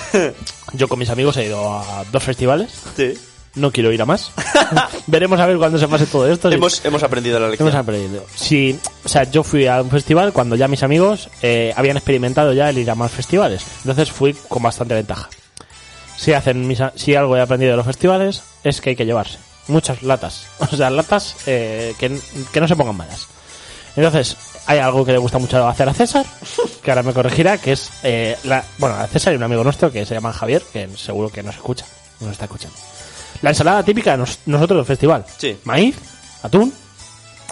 Yo con mis amigos he ido a dos festivales.
Sí.
No quiero ir a más. Veremos a ver cuándo se pase todo esto. si-
Hemos, hemos aprendido la
¿Qué
lección.
nos han perdido? Sí, o sea, yo fui a un festival cuando ya mis amigos eh, habían experimentado ya el ir a más festivales. Entonces fui con bastante ventaja. Si, hacen mis a- si algo he aprendido de los festivales es que hay que llevarse muchas latas. O sea, latas eh, que, n- que no se pongan malas. Entonces, hay algo que le gusta mucho hacer a César, que ahora me corregirá, que es, eh, la, bueno, a César y un amigo nuestro que se llama Javier, que seguro que nos escucha, nos está escuchando. La ensalada típica de nos- nosotros del festival.
Sí.
Maíz, atún,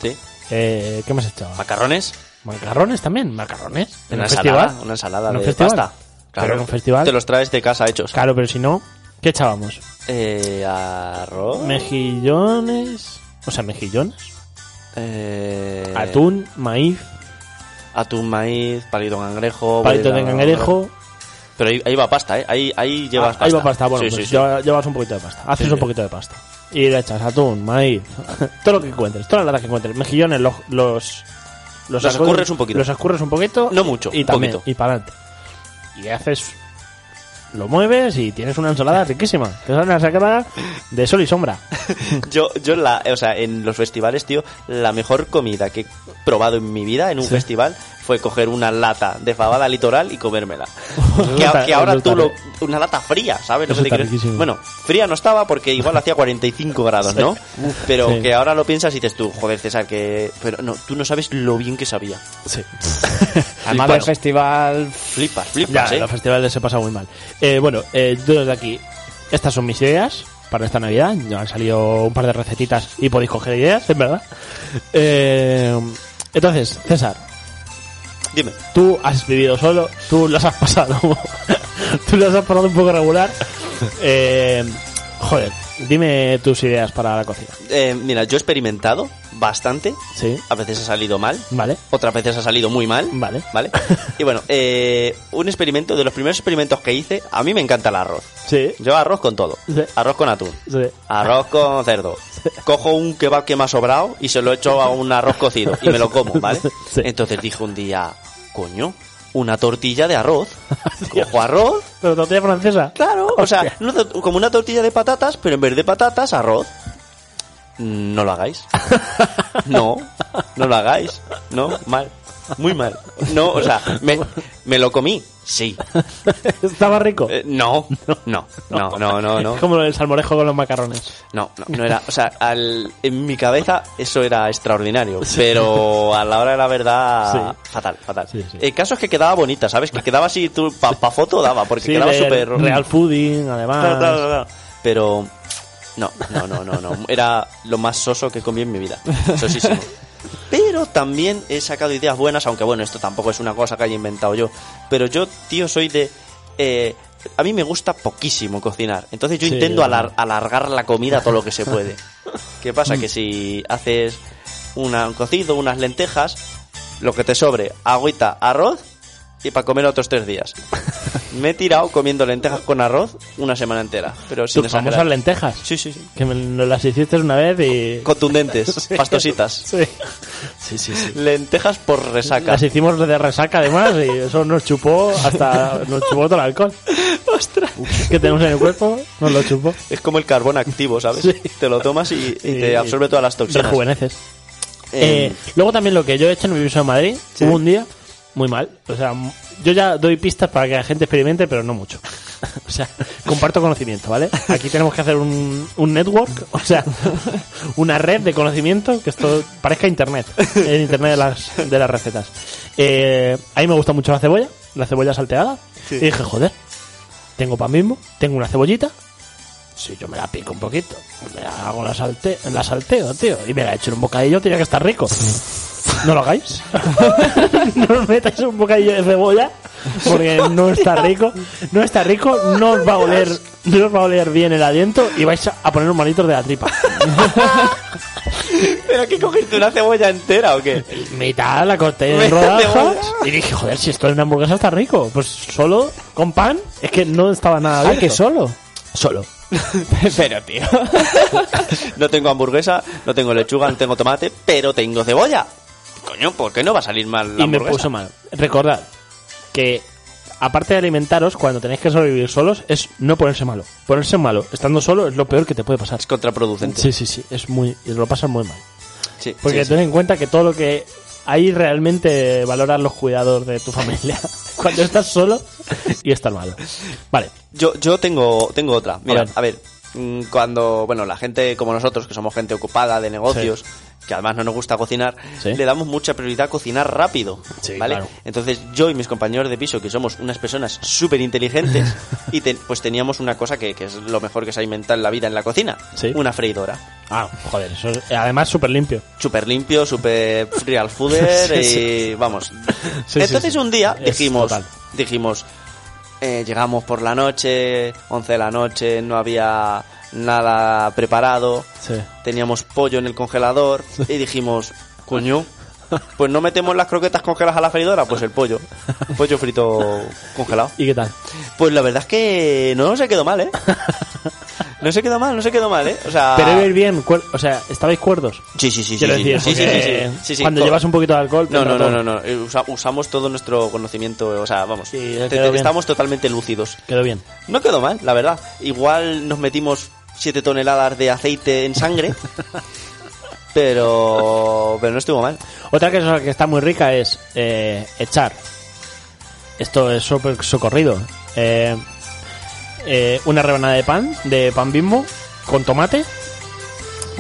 Sí.
eh, ¿Qué más echaba?
Macarrones,
Macarrones también, macarrones. En
Una
un
ensalada,
festival.
una ensalada
¿En un
de
festival?
pasta.
Pero en un festival.
Te los traes de casa hechos.
Claro, pero si no, ¿qué echábamos?
Eh, arroz.
Mejillones. O sea, mejillones.
eh,
Atún, maíz,
Atún, maíz, palito de cangrejo.
palito de
bolita-
cangrejo.
Pero ahí, ahí va pasta, ¿eh? Ahí, ahí llevas
Ah,
pasta.
ahí va pasta, bueno,
Sí,
pues
sí, sí.
lleva- llevas un poquito de pasta. Haces
Sí,
un
sí.
poquito de pasta. Y le echas atún, maíz, todo lo que encuentres, todas las latas que encuentres. Mejillones, los. Los,
Los
sacudes-
escurres un poquito.
Los escurres un poquito.
No mucho,
y
un
también,
poquito.
Y para adelante. Y haces. Lo mueves y tienes una ensalada riquísima. Que es una ensalada de sol y sombra.
Yo, yo en la, o sea, en los festivales, tío, la mejor comida que he probado en mi vida en un festival fue coger una lata de fabada litoral y comérmela. que, a-
está-
que ahora
eso
tú
está
lo, una lata fría, ¿sabes? Lo
Eso
que te
está
quiero-
riquísimo.
Bueno, fría no estaba porque igual hacía 45 grados, ¿no? Pero
Sí.
que ahora lo piensas y dices tú, joder, César, que pero no, tú no sabes lo bien que sabía.
Sí.
Además
Bueno.
del festival.
Flipas,
Ya,
flipas,
en
¿eh?
los festivales se pasa muy mal. Eh, bueno, eh, yo desde aquí, estas son mis ideas para esta Navidad. Ya han salido un par de recetitas y podéis coger ideas, en verdad. Eh, entonces, César,
Dime.
tú has vivido solo, tú las has pasado, tú las has pasado un poco regular. Eh, joder, dime tus ideas para la cocina.
Eh, mira, yo he experimentado bastante.
Sí,
A veces ha salido mal,
vale,
otras veces ha salido muy mal.
vale.
¿Vale? Y bueno, eh, un experimento, de los primeros experimentos que hice, a mí me encanta el arroz.
Sí,
Yo arroz con todo.
Sí.
Arroz con atún.
sí.
Arroz con cerdo. Cojo un kebab que me ha sobrado y se lo echo a un arroz cocido y me lo como, ¿vale?
Sí.
Entonces dije un día, coño, una tortilla de arroz. Cojo arroz,
Pero tortilla francesa.
claro, o sea, una tor- como una tortilla de patatas, pero en vez de patatas, arroz. No lo hagáis. No, no lo hagáis. No, mal. Muy mal. No, o sea, me, me lo comí, sí.
Estaba rico.
Eh, no, no, no, no, no, no.
Es como el salmorejo con los macarrones.
No, no, no era. O sea, al- en mi cabeza eso era extraordinario. Pero a la hora de la verdad, fatal, fatal.
Sí, sí.
El caso es que quedaba bonita, ¿sabes? Que quedaba así, tú, pa, pa foto daba, porque
Sí,
quedaba
del
súper.
Real Pudding, además.
Claro, claro, claro. Pero. No, no, no, no, no. Era lo más soso que comí en mi vida. Sosísimo. Pero también he sacado ideas buenas, aunque bueno, esto tampoco es una cosa que haya inventado yo. Pero yo, tío, soy de. eh, a mí me gusta poquísimo cocinar. Entonces yo
Sí,
intento
yo
alar- alargar la comida todo lo que se puede. ¿Qué pasa? Que si haces una- un cocido, unas lentejas, lo que te sobre, agüita, arroz y para comer otros tres días. Me he tirado comiendo lentejas con arroz una semana entera. Pero sin
Tus famosas
exagerar.
lentejas.
Sí, sí, sí.
Que me nos las hiciste una vez y.
Contundentes, pastositas.
Sí. sí, sí, sí.
Lentejas por resaca.
Las hicimos de resaca además y eso nos chupó hasta. Nos chupó todo el alcohol.
Ostras.
Que tenemos en el cuerpo, nos lo chupó.
Es como el carbón activo, ¿sabes?
Sí.
Te lo tomas y, y te
Y-
absorbe todas las toxinas.
Rejuveneces.
Eh,
Eh, luego también lo que yo he hecho en mi piso de Madrid, hubo un día muy mal. O sea, m- yo ya doy pistas para que la gente experimente, pero no mucho. o sea, comparto conocimiento, ¿vale? Aquí tenemos que hacer un, un network, o sea, una red de conocimiento que esto parezca internet, el internet de las, de las recetas. Eh, a mí me gusta mucho la cebolla, la cebolla salteada. Y dije, joder, tengo pan mismo, tengo una cebollita, si yo me la pico un poquito, me la hago la, salte, la salteo, tío, y me la echo en un bocadillo, tenía que estar rico. No lo hagáis. no os metáis un bocadillo de cebolla, porque no está rico. No está rico, no os va a oler, no os va a oler bien el aliento y vais a poner un manito de la tripa.
¿Pero qué cogiste una cebolla entera o qué?
Mitad la corté en
Mitad de
rodajas y dije, joder, si esto en una hamburguesa está rico. Pues solo con pan, es que no estaba nada
Ay,
bien.
que solo.
Solo.
Pero, tío.
No tengo hamburguesa, no tengo lechuga, no tengo tomate, pero tengo cebolla. Coño, ¿por qué no va a salir mal la
y me
hamburguesa?
puso mal. Recordad que aparte de alimentaros, cuando tenéis que sobrevivir solos, es no ponerse malo. Ponerse malo estando solo es lo peor que te puede pasar.
Es contraproducente.
Sí, sí, sí, es muy, lo pasas muy mal.
Sí,
Porque
sí, sí.
ten en cuenta que todo lo que ahí realmente valorar los cuidados de tu familia cuando estás solo y estás malo. Vale,
Yo, yo tengo, tengo otra. Mira,
ver.
a ver. mm, Cuando, bueno, la gente como nosotros, que somos gente ocupada de negocios, que además no nos gusta cocinar,
Sí.
le damos mucha prioridad a cocinar rápido.
Sí,
¿vale?
claro.
Entonces yo y mis compañeros de piso, que somos unas personas súper inteligentes, y te- pues teníamos una cosa que, que es lo mejor que se ha inventado en la vida en la cocina,
Sí.
una freidora.
Ah, joder, eso es- además súper limpio.
Súper limpio, súper real fooder
Sí,
y vamos.
sí,
Entonces
sí.
un día
Es
dijimos,
total.
dijimos, eh, llegamos por la noche, 11 de la noche, no había nada preparado,
Sí.
teníamos pollo en el congelador y dijimos, coño, pues no metemos las croquetas congeladas a la freidora, pues el pollo, pollo frito congelado.
¿Y qué tal?
Pues la verdad es que no se quedó mal, ¿eh? No se quedó mal, no se quedó mal, ¿eh? O sea...
Pero iba a ir bien, cuer- o sea, ¿estabais cuerdos?
Sí, sí, sí, sí,
Quiero
sí,
decir,
sí, sí,
porque
sí, sí, sí, sí,
cuando
co-
llevas un poquito de alcohol...
no,
te
no,
nota
no,
todo.
no, no. Eh, usa- usamos todo nuestro conocimiento, o sea, vamos,
Sí,
te-
quedó
te-
bien.
estamos totalmente lúcidos.
Quedó bien.
No quedó mal, la verdad. Igual nos metimos 7 toneladas de aceite en sangre, pero, pero no estuvo mal.
Otra cosa que está muy rica es eh, echar. Esto es súper socorrido. Eh, eh, una rebanada de pan, de pan bimbo, con tomate,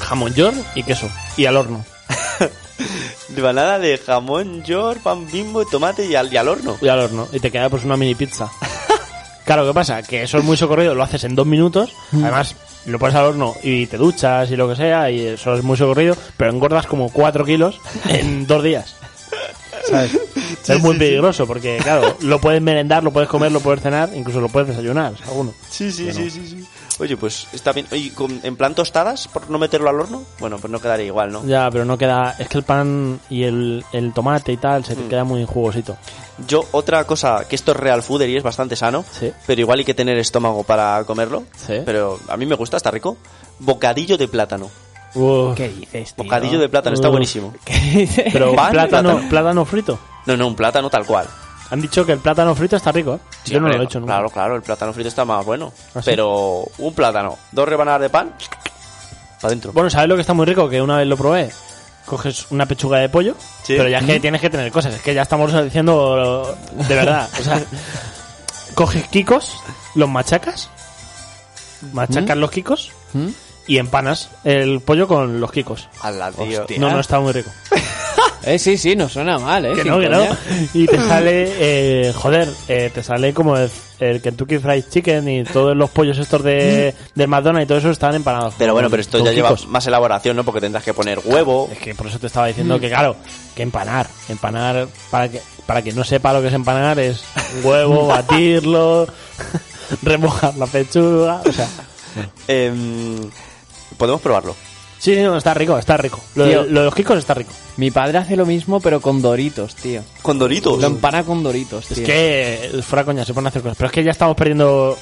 jamón york y queso. Y al horno.
Rebanada de jamón, york, pan bimbo, tomate y al, y al horno.
Y al horno. Y te queda pues una mini pizza. claro, ¿qué pasa? Que eso es muy socorrido, lo haces en dos minutos. Además, lo pones al horno y te duchas y lo que sea, y eso es muy socorrido, pero engordas como cuatro kilos en dos días. ¿Sabes? es muy peligroso porque, claro, lo puedes merendar, lo puedes comer, lo puedes cenar, incluso lo puedes desayunar, alguno.
Sí, sí,
Bueno.
sí, sí, sí. Oye, pues está bien. Oye, con- ¿en plan tostadas por no meterlo al horno? Bueno, pues no quedaría igual, ¿no?
Ya, pero no queda. Es que el pan y el, el tomate y tal
Mm.
se te queda muy jugosito.
Yo, otra cosa, que esto es real fooder y es bastante sano,
Sí.
pero igual hay que tener estómago para comerlo.
Sí.
Pero a mí me gusta, está rico. Bocadillo de plátano.
Uf,
¿Qué dices, tío?
Bocadillo de plátano, está
Uf.
buenísimo.
¿Qué dices?
Pero
Pan y
plátano,
plátano.
plátano frito.
No, no, un plátano tal cual.
Han dicho que el plátano frito está rico, ¿eh?
Sí,
Yo no
hombre,
lo he hecho nunca.
Claro, claro, el plátano frito está más bueno.
¿Ah, sí?
Pero un plátano, dos rebanadas de pan, para adentro.
Bueno, ¿sabes lo que está muy rico? Que una vez lo probé, coges una pechuga de pollo,
Sí.
pero ya es que tienes que tener cosas, es que ya estamos diciendo lo- de verdad. O sea, coges quicos, los machacas, machacas los quicos y empanas el pollo con los quicos.
Ala, tío.
Hostia.
No, no, está muy rico.
Eh, sí, sí, no suena mal, ¿eh?
Que
sin
no, que no.
coña.
Y te sale, eh, joder, eh, te sale como el, el Kentucky Fried Chicken y todos los pollos estos de, del McDonald's y todo eso están empanados.
Mm. Pero bueno,
con-
pero esto
con
ya lleva
quicos.
más elaboración, ¿no? Porque tendrás que poner huevo.
Es que por eso te estaba diciendo que, claro, que empanar. Empanar, para que para quien no sepa lo que es empanar, es un huevo, batirlo, remojar la pechuga. O sea,
Em, podemos probarlo.
sí, sí, no, está rico, está rico. Lo, de,
Tío.
lo de los quicos está rico.
Mi padre hace lo mismo, pero con doritos, tío.
Con doritos.
Lo empana con doritos, tío.
Es que, eh, fuera coña, se ponen a hacer cosas. Pero es que ya estamos perdiendo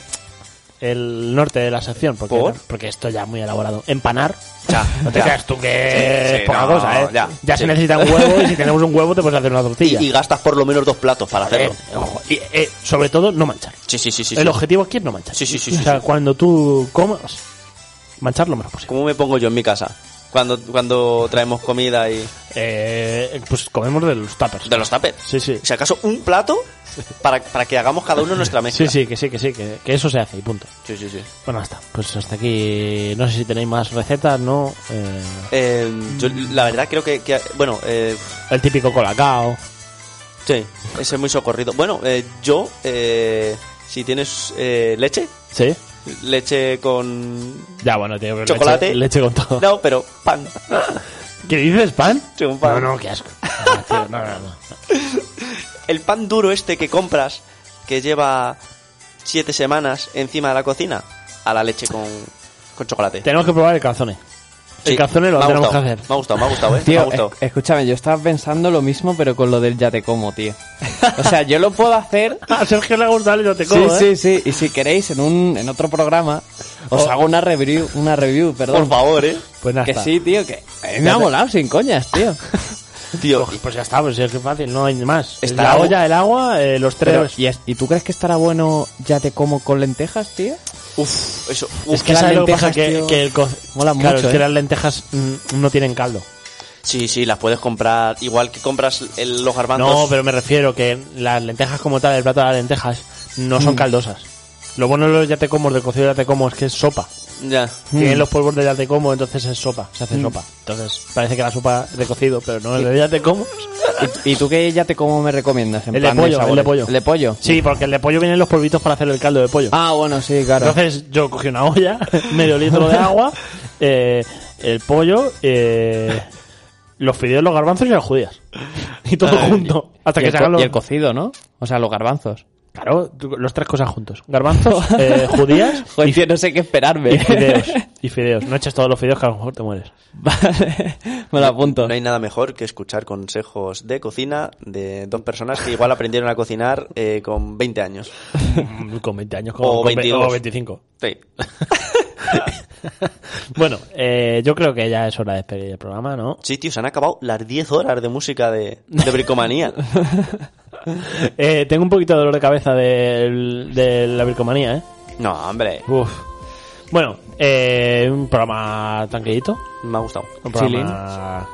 el norte de la sección. Porque,
¿Por?
porque esto ya es muy elaborado. Empanar.
Ya,
No te
ya.
creas tú que
Sí, sí,
es poca
no,
cosa, ¿eh?
ya,
Ya,
sí.
se necesita un huevo y si tenemos un huevo te puedes hacer una
Y,
tortilla.
y gastas por lo menos dos platos
Eh,
para hacerlo.
ojo, y, eh, sobre todo, no manchar.
Sí, sí, sí, sí.
el
sí.
objetivo aquí es no manchar.
Sí, sí, sí, sí,
O sea,
sí.
cuando tú comas, manchar lo menos posible.
¿Cómo me pongo yo en mi casa? Cuando, cuando traemos comida y...
Eh, pues comemos de los tuppers.
De los tapers.
Sí, sí.
Si acaso un plato para, para que hagamos cada uno nuestra mesa.
Sí, sí, que sí, que sí, que, que eso se hace y punto.
sí, sí, sí.
Bueno, hasta. Pues hasta aquí. No sé si tenéis más recetas, ¿no? Eh,
Eh, yo la verdad creo que... que- bueno, eh,
el típico colacao.
sí, ese es muy socorrido. Bueno, eh, yo, eh, si tienes eh, leche,
¿Sí?
leche con...
Ya, bueno, tío. pero
Chocolate.
Leche, leche con todo.
No, pero pan.
¿Qué dices, pan?
Sí, un pan.
No, no, qué asco. Ah, tío, no, no, no.
El pan duro este que compras, que lleva siete semanas encima de la cocina, a la leche con, con chocolate.
Tenemos que probar el calzone. El
Sí,
calzone lo
me ha
tenemos
gustado,
que hacer.
Me ha gustado, me ha gustado, eh. me ha
Tío,
gustado.
es- escúchame, yo estaba pensando lo mismo, pero con lo del ya te como, tío. O sea, yo lo puedo hacer.
A Sergio le gusta yo te
Sí,
como, ¿eh?
sí, sí. Y si queréis, en un en otro programa, os hago una review, una review,
Por
perdón.
favor, eh.
Oh. Pues nada.
que
está.
sí, tío, que a mí me ha molado sin coñas, tío.
Tío,
Pues, pues ya está, pues es que fácil, no hay más.
Está
la
agua.
olla, el agua, eh, los tres.
Pero, ¿y, es- ¿Y tú crees que estará bueno ya te como con lentejas, tío?
uff, eso. uf,
es que
las
¿sabes lo que pasa?
lentejas,
Que,
tío,
que el co-
molan
claro,
mucho,
es que
¿eh?
las lentejas mm, no tienen caldo.
Sí, sí, las puedes comprar. Igual que compras el- los garbanzos.
No, pero me refiero que las lentejas como tal, el
Mm.
plato de las lentejas, no son caldosas. Lo bueno de los ya te como, del cocido ya te como, es que es sopa.
Ya.
Mm.
Tienen los polvos de yate como, entonces es sopa, se hace sopa. Entonces parece que la sopa es de cocido, pero no es de yate como.
¿Y, y tú qué yate como me recomiendas? En
El de
plan
pollo, el
sabores?
de pollo.
¿El de pollo?
Sí, porque el de pollo vienen los polvitos para hacer el caldo de pollo.
Ah, bueno, sí, claro.
Entonces yo cogí una olla, medio litro de agua, eh, el pollo, eh, los fideos, los garbanzos y las judías. Y todo junto. Hasta
Ah, y,
que
el
se
co-
hagan los...
y el cocido, ¿no? O sea, los garbanzos.
Claro, tú- los tres cosas juntos. Garbanzos, eh, judías
Joder, tío, no sé qué esperarme.
y fideos. Y fideos. No eches todos los fideos que a lo mejor te mueres.
vale, me lo apunto.
No hay nada mejor que escuchar consejos de cocina de dos personas que igual aprendieron a cocinar eh, con 20 años.
Mm, Con 20 años, con,
O
con ve-
22.
o 25.
Sí.
Bueno, eh, yo creo que ya es hora de despedir el programa, ¿no?
Sí, tío, se han acabado las 10 horas de música de, de bricomanía.
Eh, tengo un poquito de dolor de cabeza del- de la vircomanía, ¿eh?
No, hombre,
Uf. Bueno, eh, un programa tranquilito,
me ha gustado.
un programa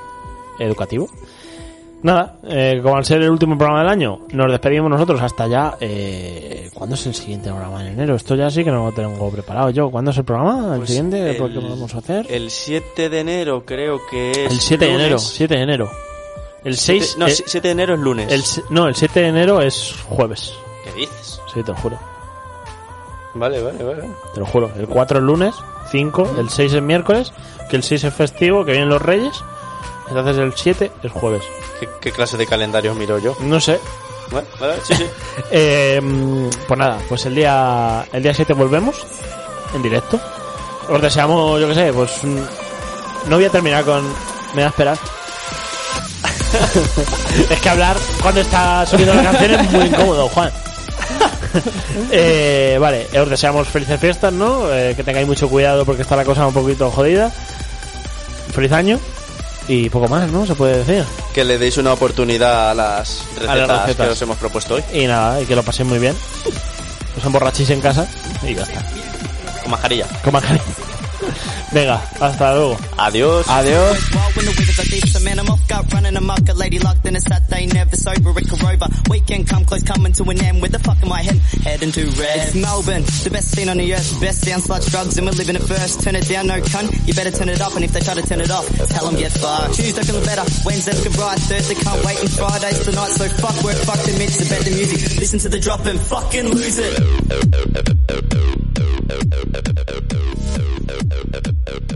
educativo. Nada, eh, como al ser el último programa del año, nos despedimos nosotros hasta ya. Eh, ¿Cuándo es el siguiente programa en enero? Esto ya sí que no lo tengo preparado yo. ¿Cuándo es el programa? ¿El
Pues
siguiente?
el-
¿Por ¿Qué vamos a hacer? El,
El 7 de enero creo que es...
7 de
lunes.
enero. 7 de enero. El 6.
No,
eh,
7 de enero es lunes.
el se- no, el 7 de enero es jueves.
¿Qué dices?
Sí, te lo juro.
Vale, vale, vale.
Te lo juro. El 4 es lunes, 5, el 6 es miércoles, que el 6 es festivo, que vienen los reyes. Entonces el 7 es jueves.
¿Qué, qué clase de calendario miro yo?
No sé.
Bueno, vale, sí, sí.
Eh, mm, pues nada, pues el día el día 7 volvemos en directo. Os deseamos, yo qué sé, pues un- no voy a terminar con me da a esperar. es que hablar cuando está subiendo la canción es muy incómodo, Juan. Eh, vale, os deseamos felices fiestas, ¿no? Eh, que tengáis mucho cuidado porque está la cosa un poquito jodida. Feliz año y poco más, ¿no? Se puede decir.
que le deis una oportunidad a las recetas,
las
que
recetas.
os hemos propuesto hoy.
Y nada, y que lo paséis muy bien. Os emborrachéis en casa y ya está.
Con mascarilla.
Con mascarilla. Venga, hasta luego.
Adiós.
Adiós.
When the wicked are thieves, the man I'm off, got running amok. A lady locked in a sat, they never sober, a Corova. Weekend come close, coming to an end. With the fuck am I heading? Heading to red. It's Melbourne, the best scene on the earth. Best sound, sludge, drugs, and we're living it first. Turn it down, no cunt. You better turn it up, and if they try to turn it off, tell them get fucked. Tuesday can look better, Wednesday's good ride. Thursday can't wait, and Friday's the night. So fuck work, fuck the mix, about the music. Listen to the drop and fucking lose it.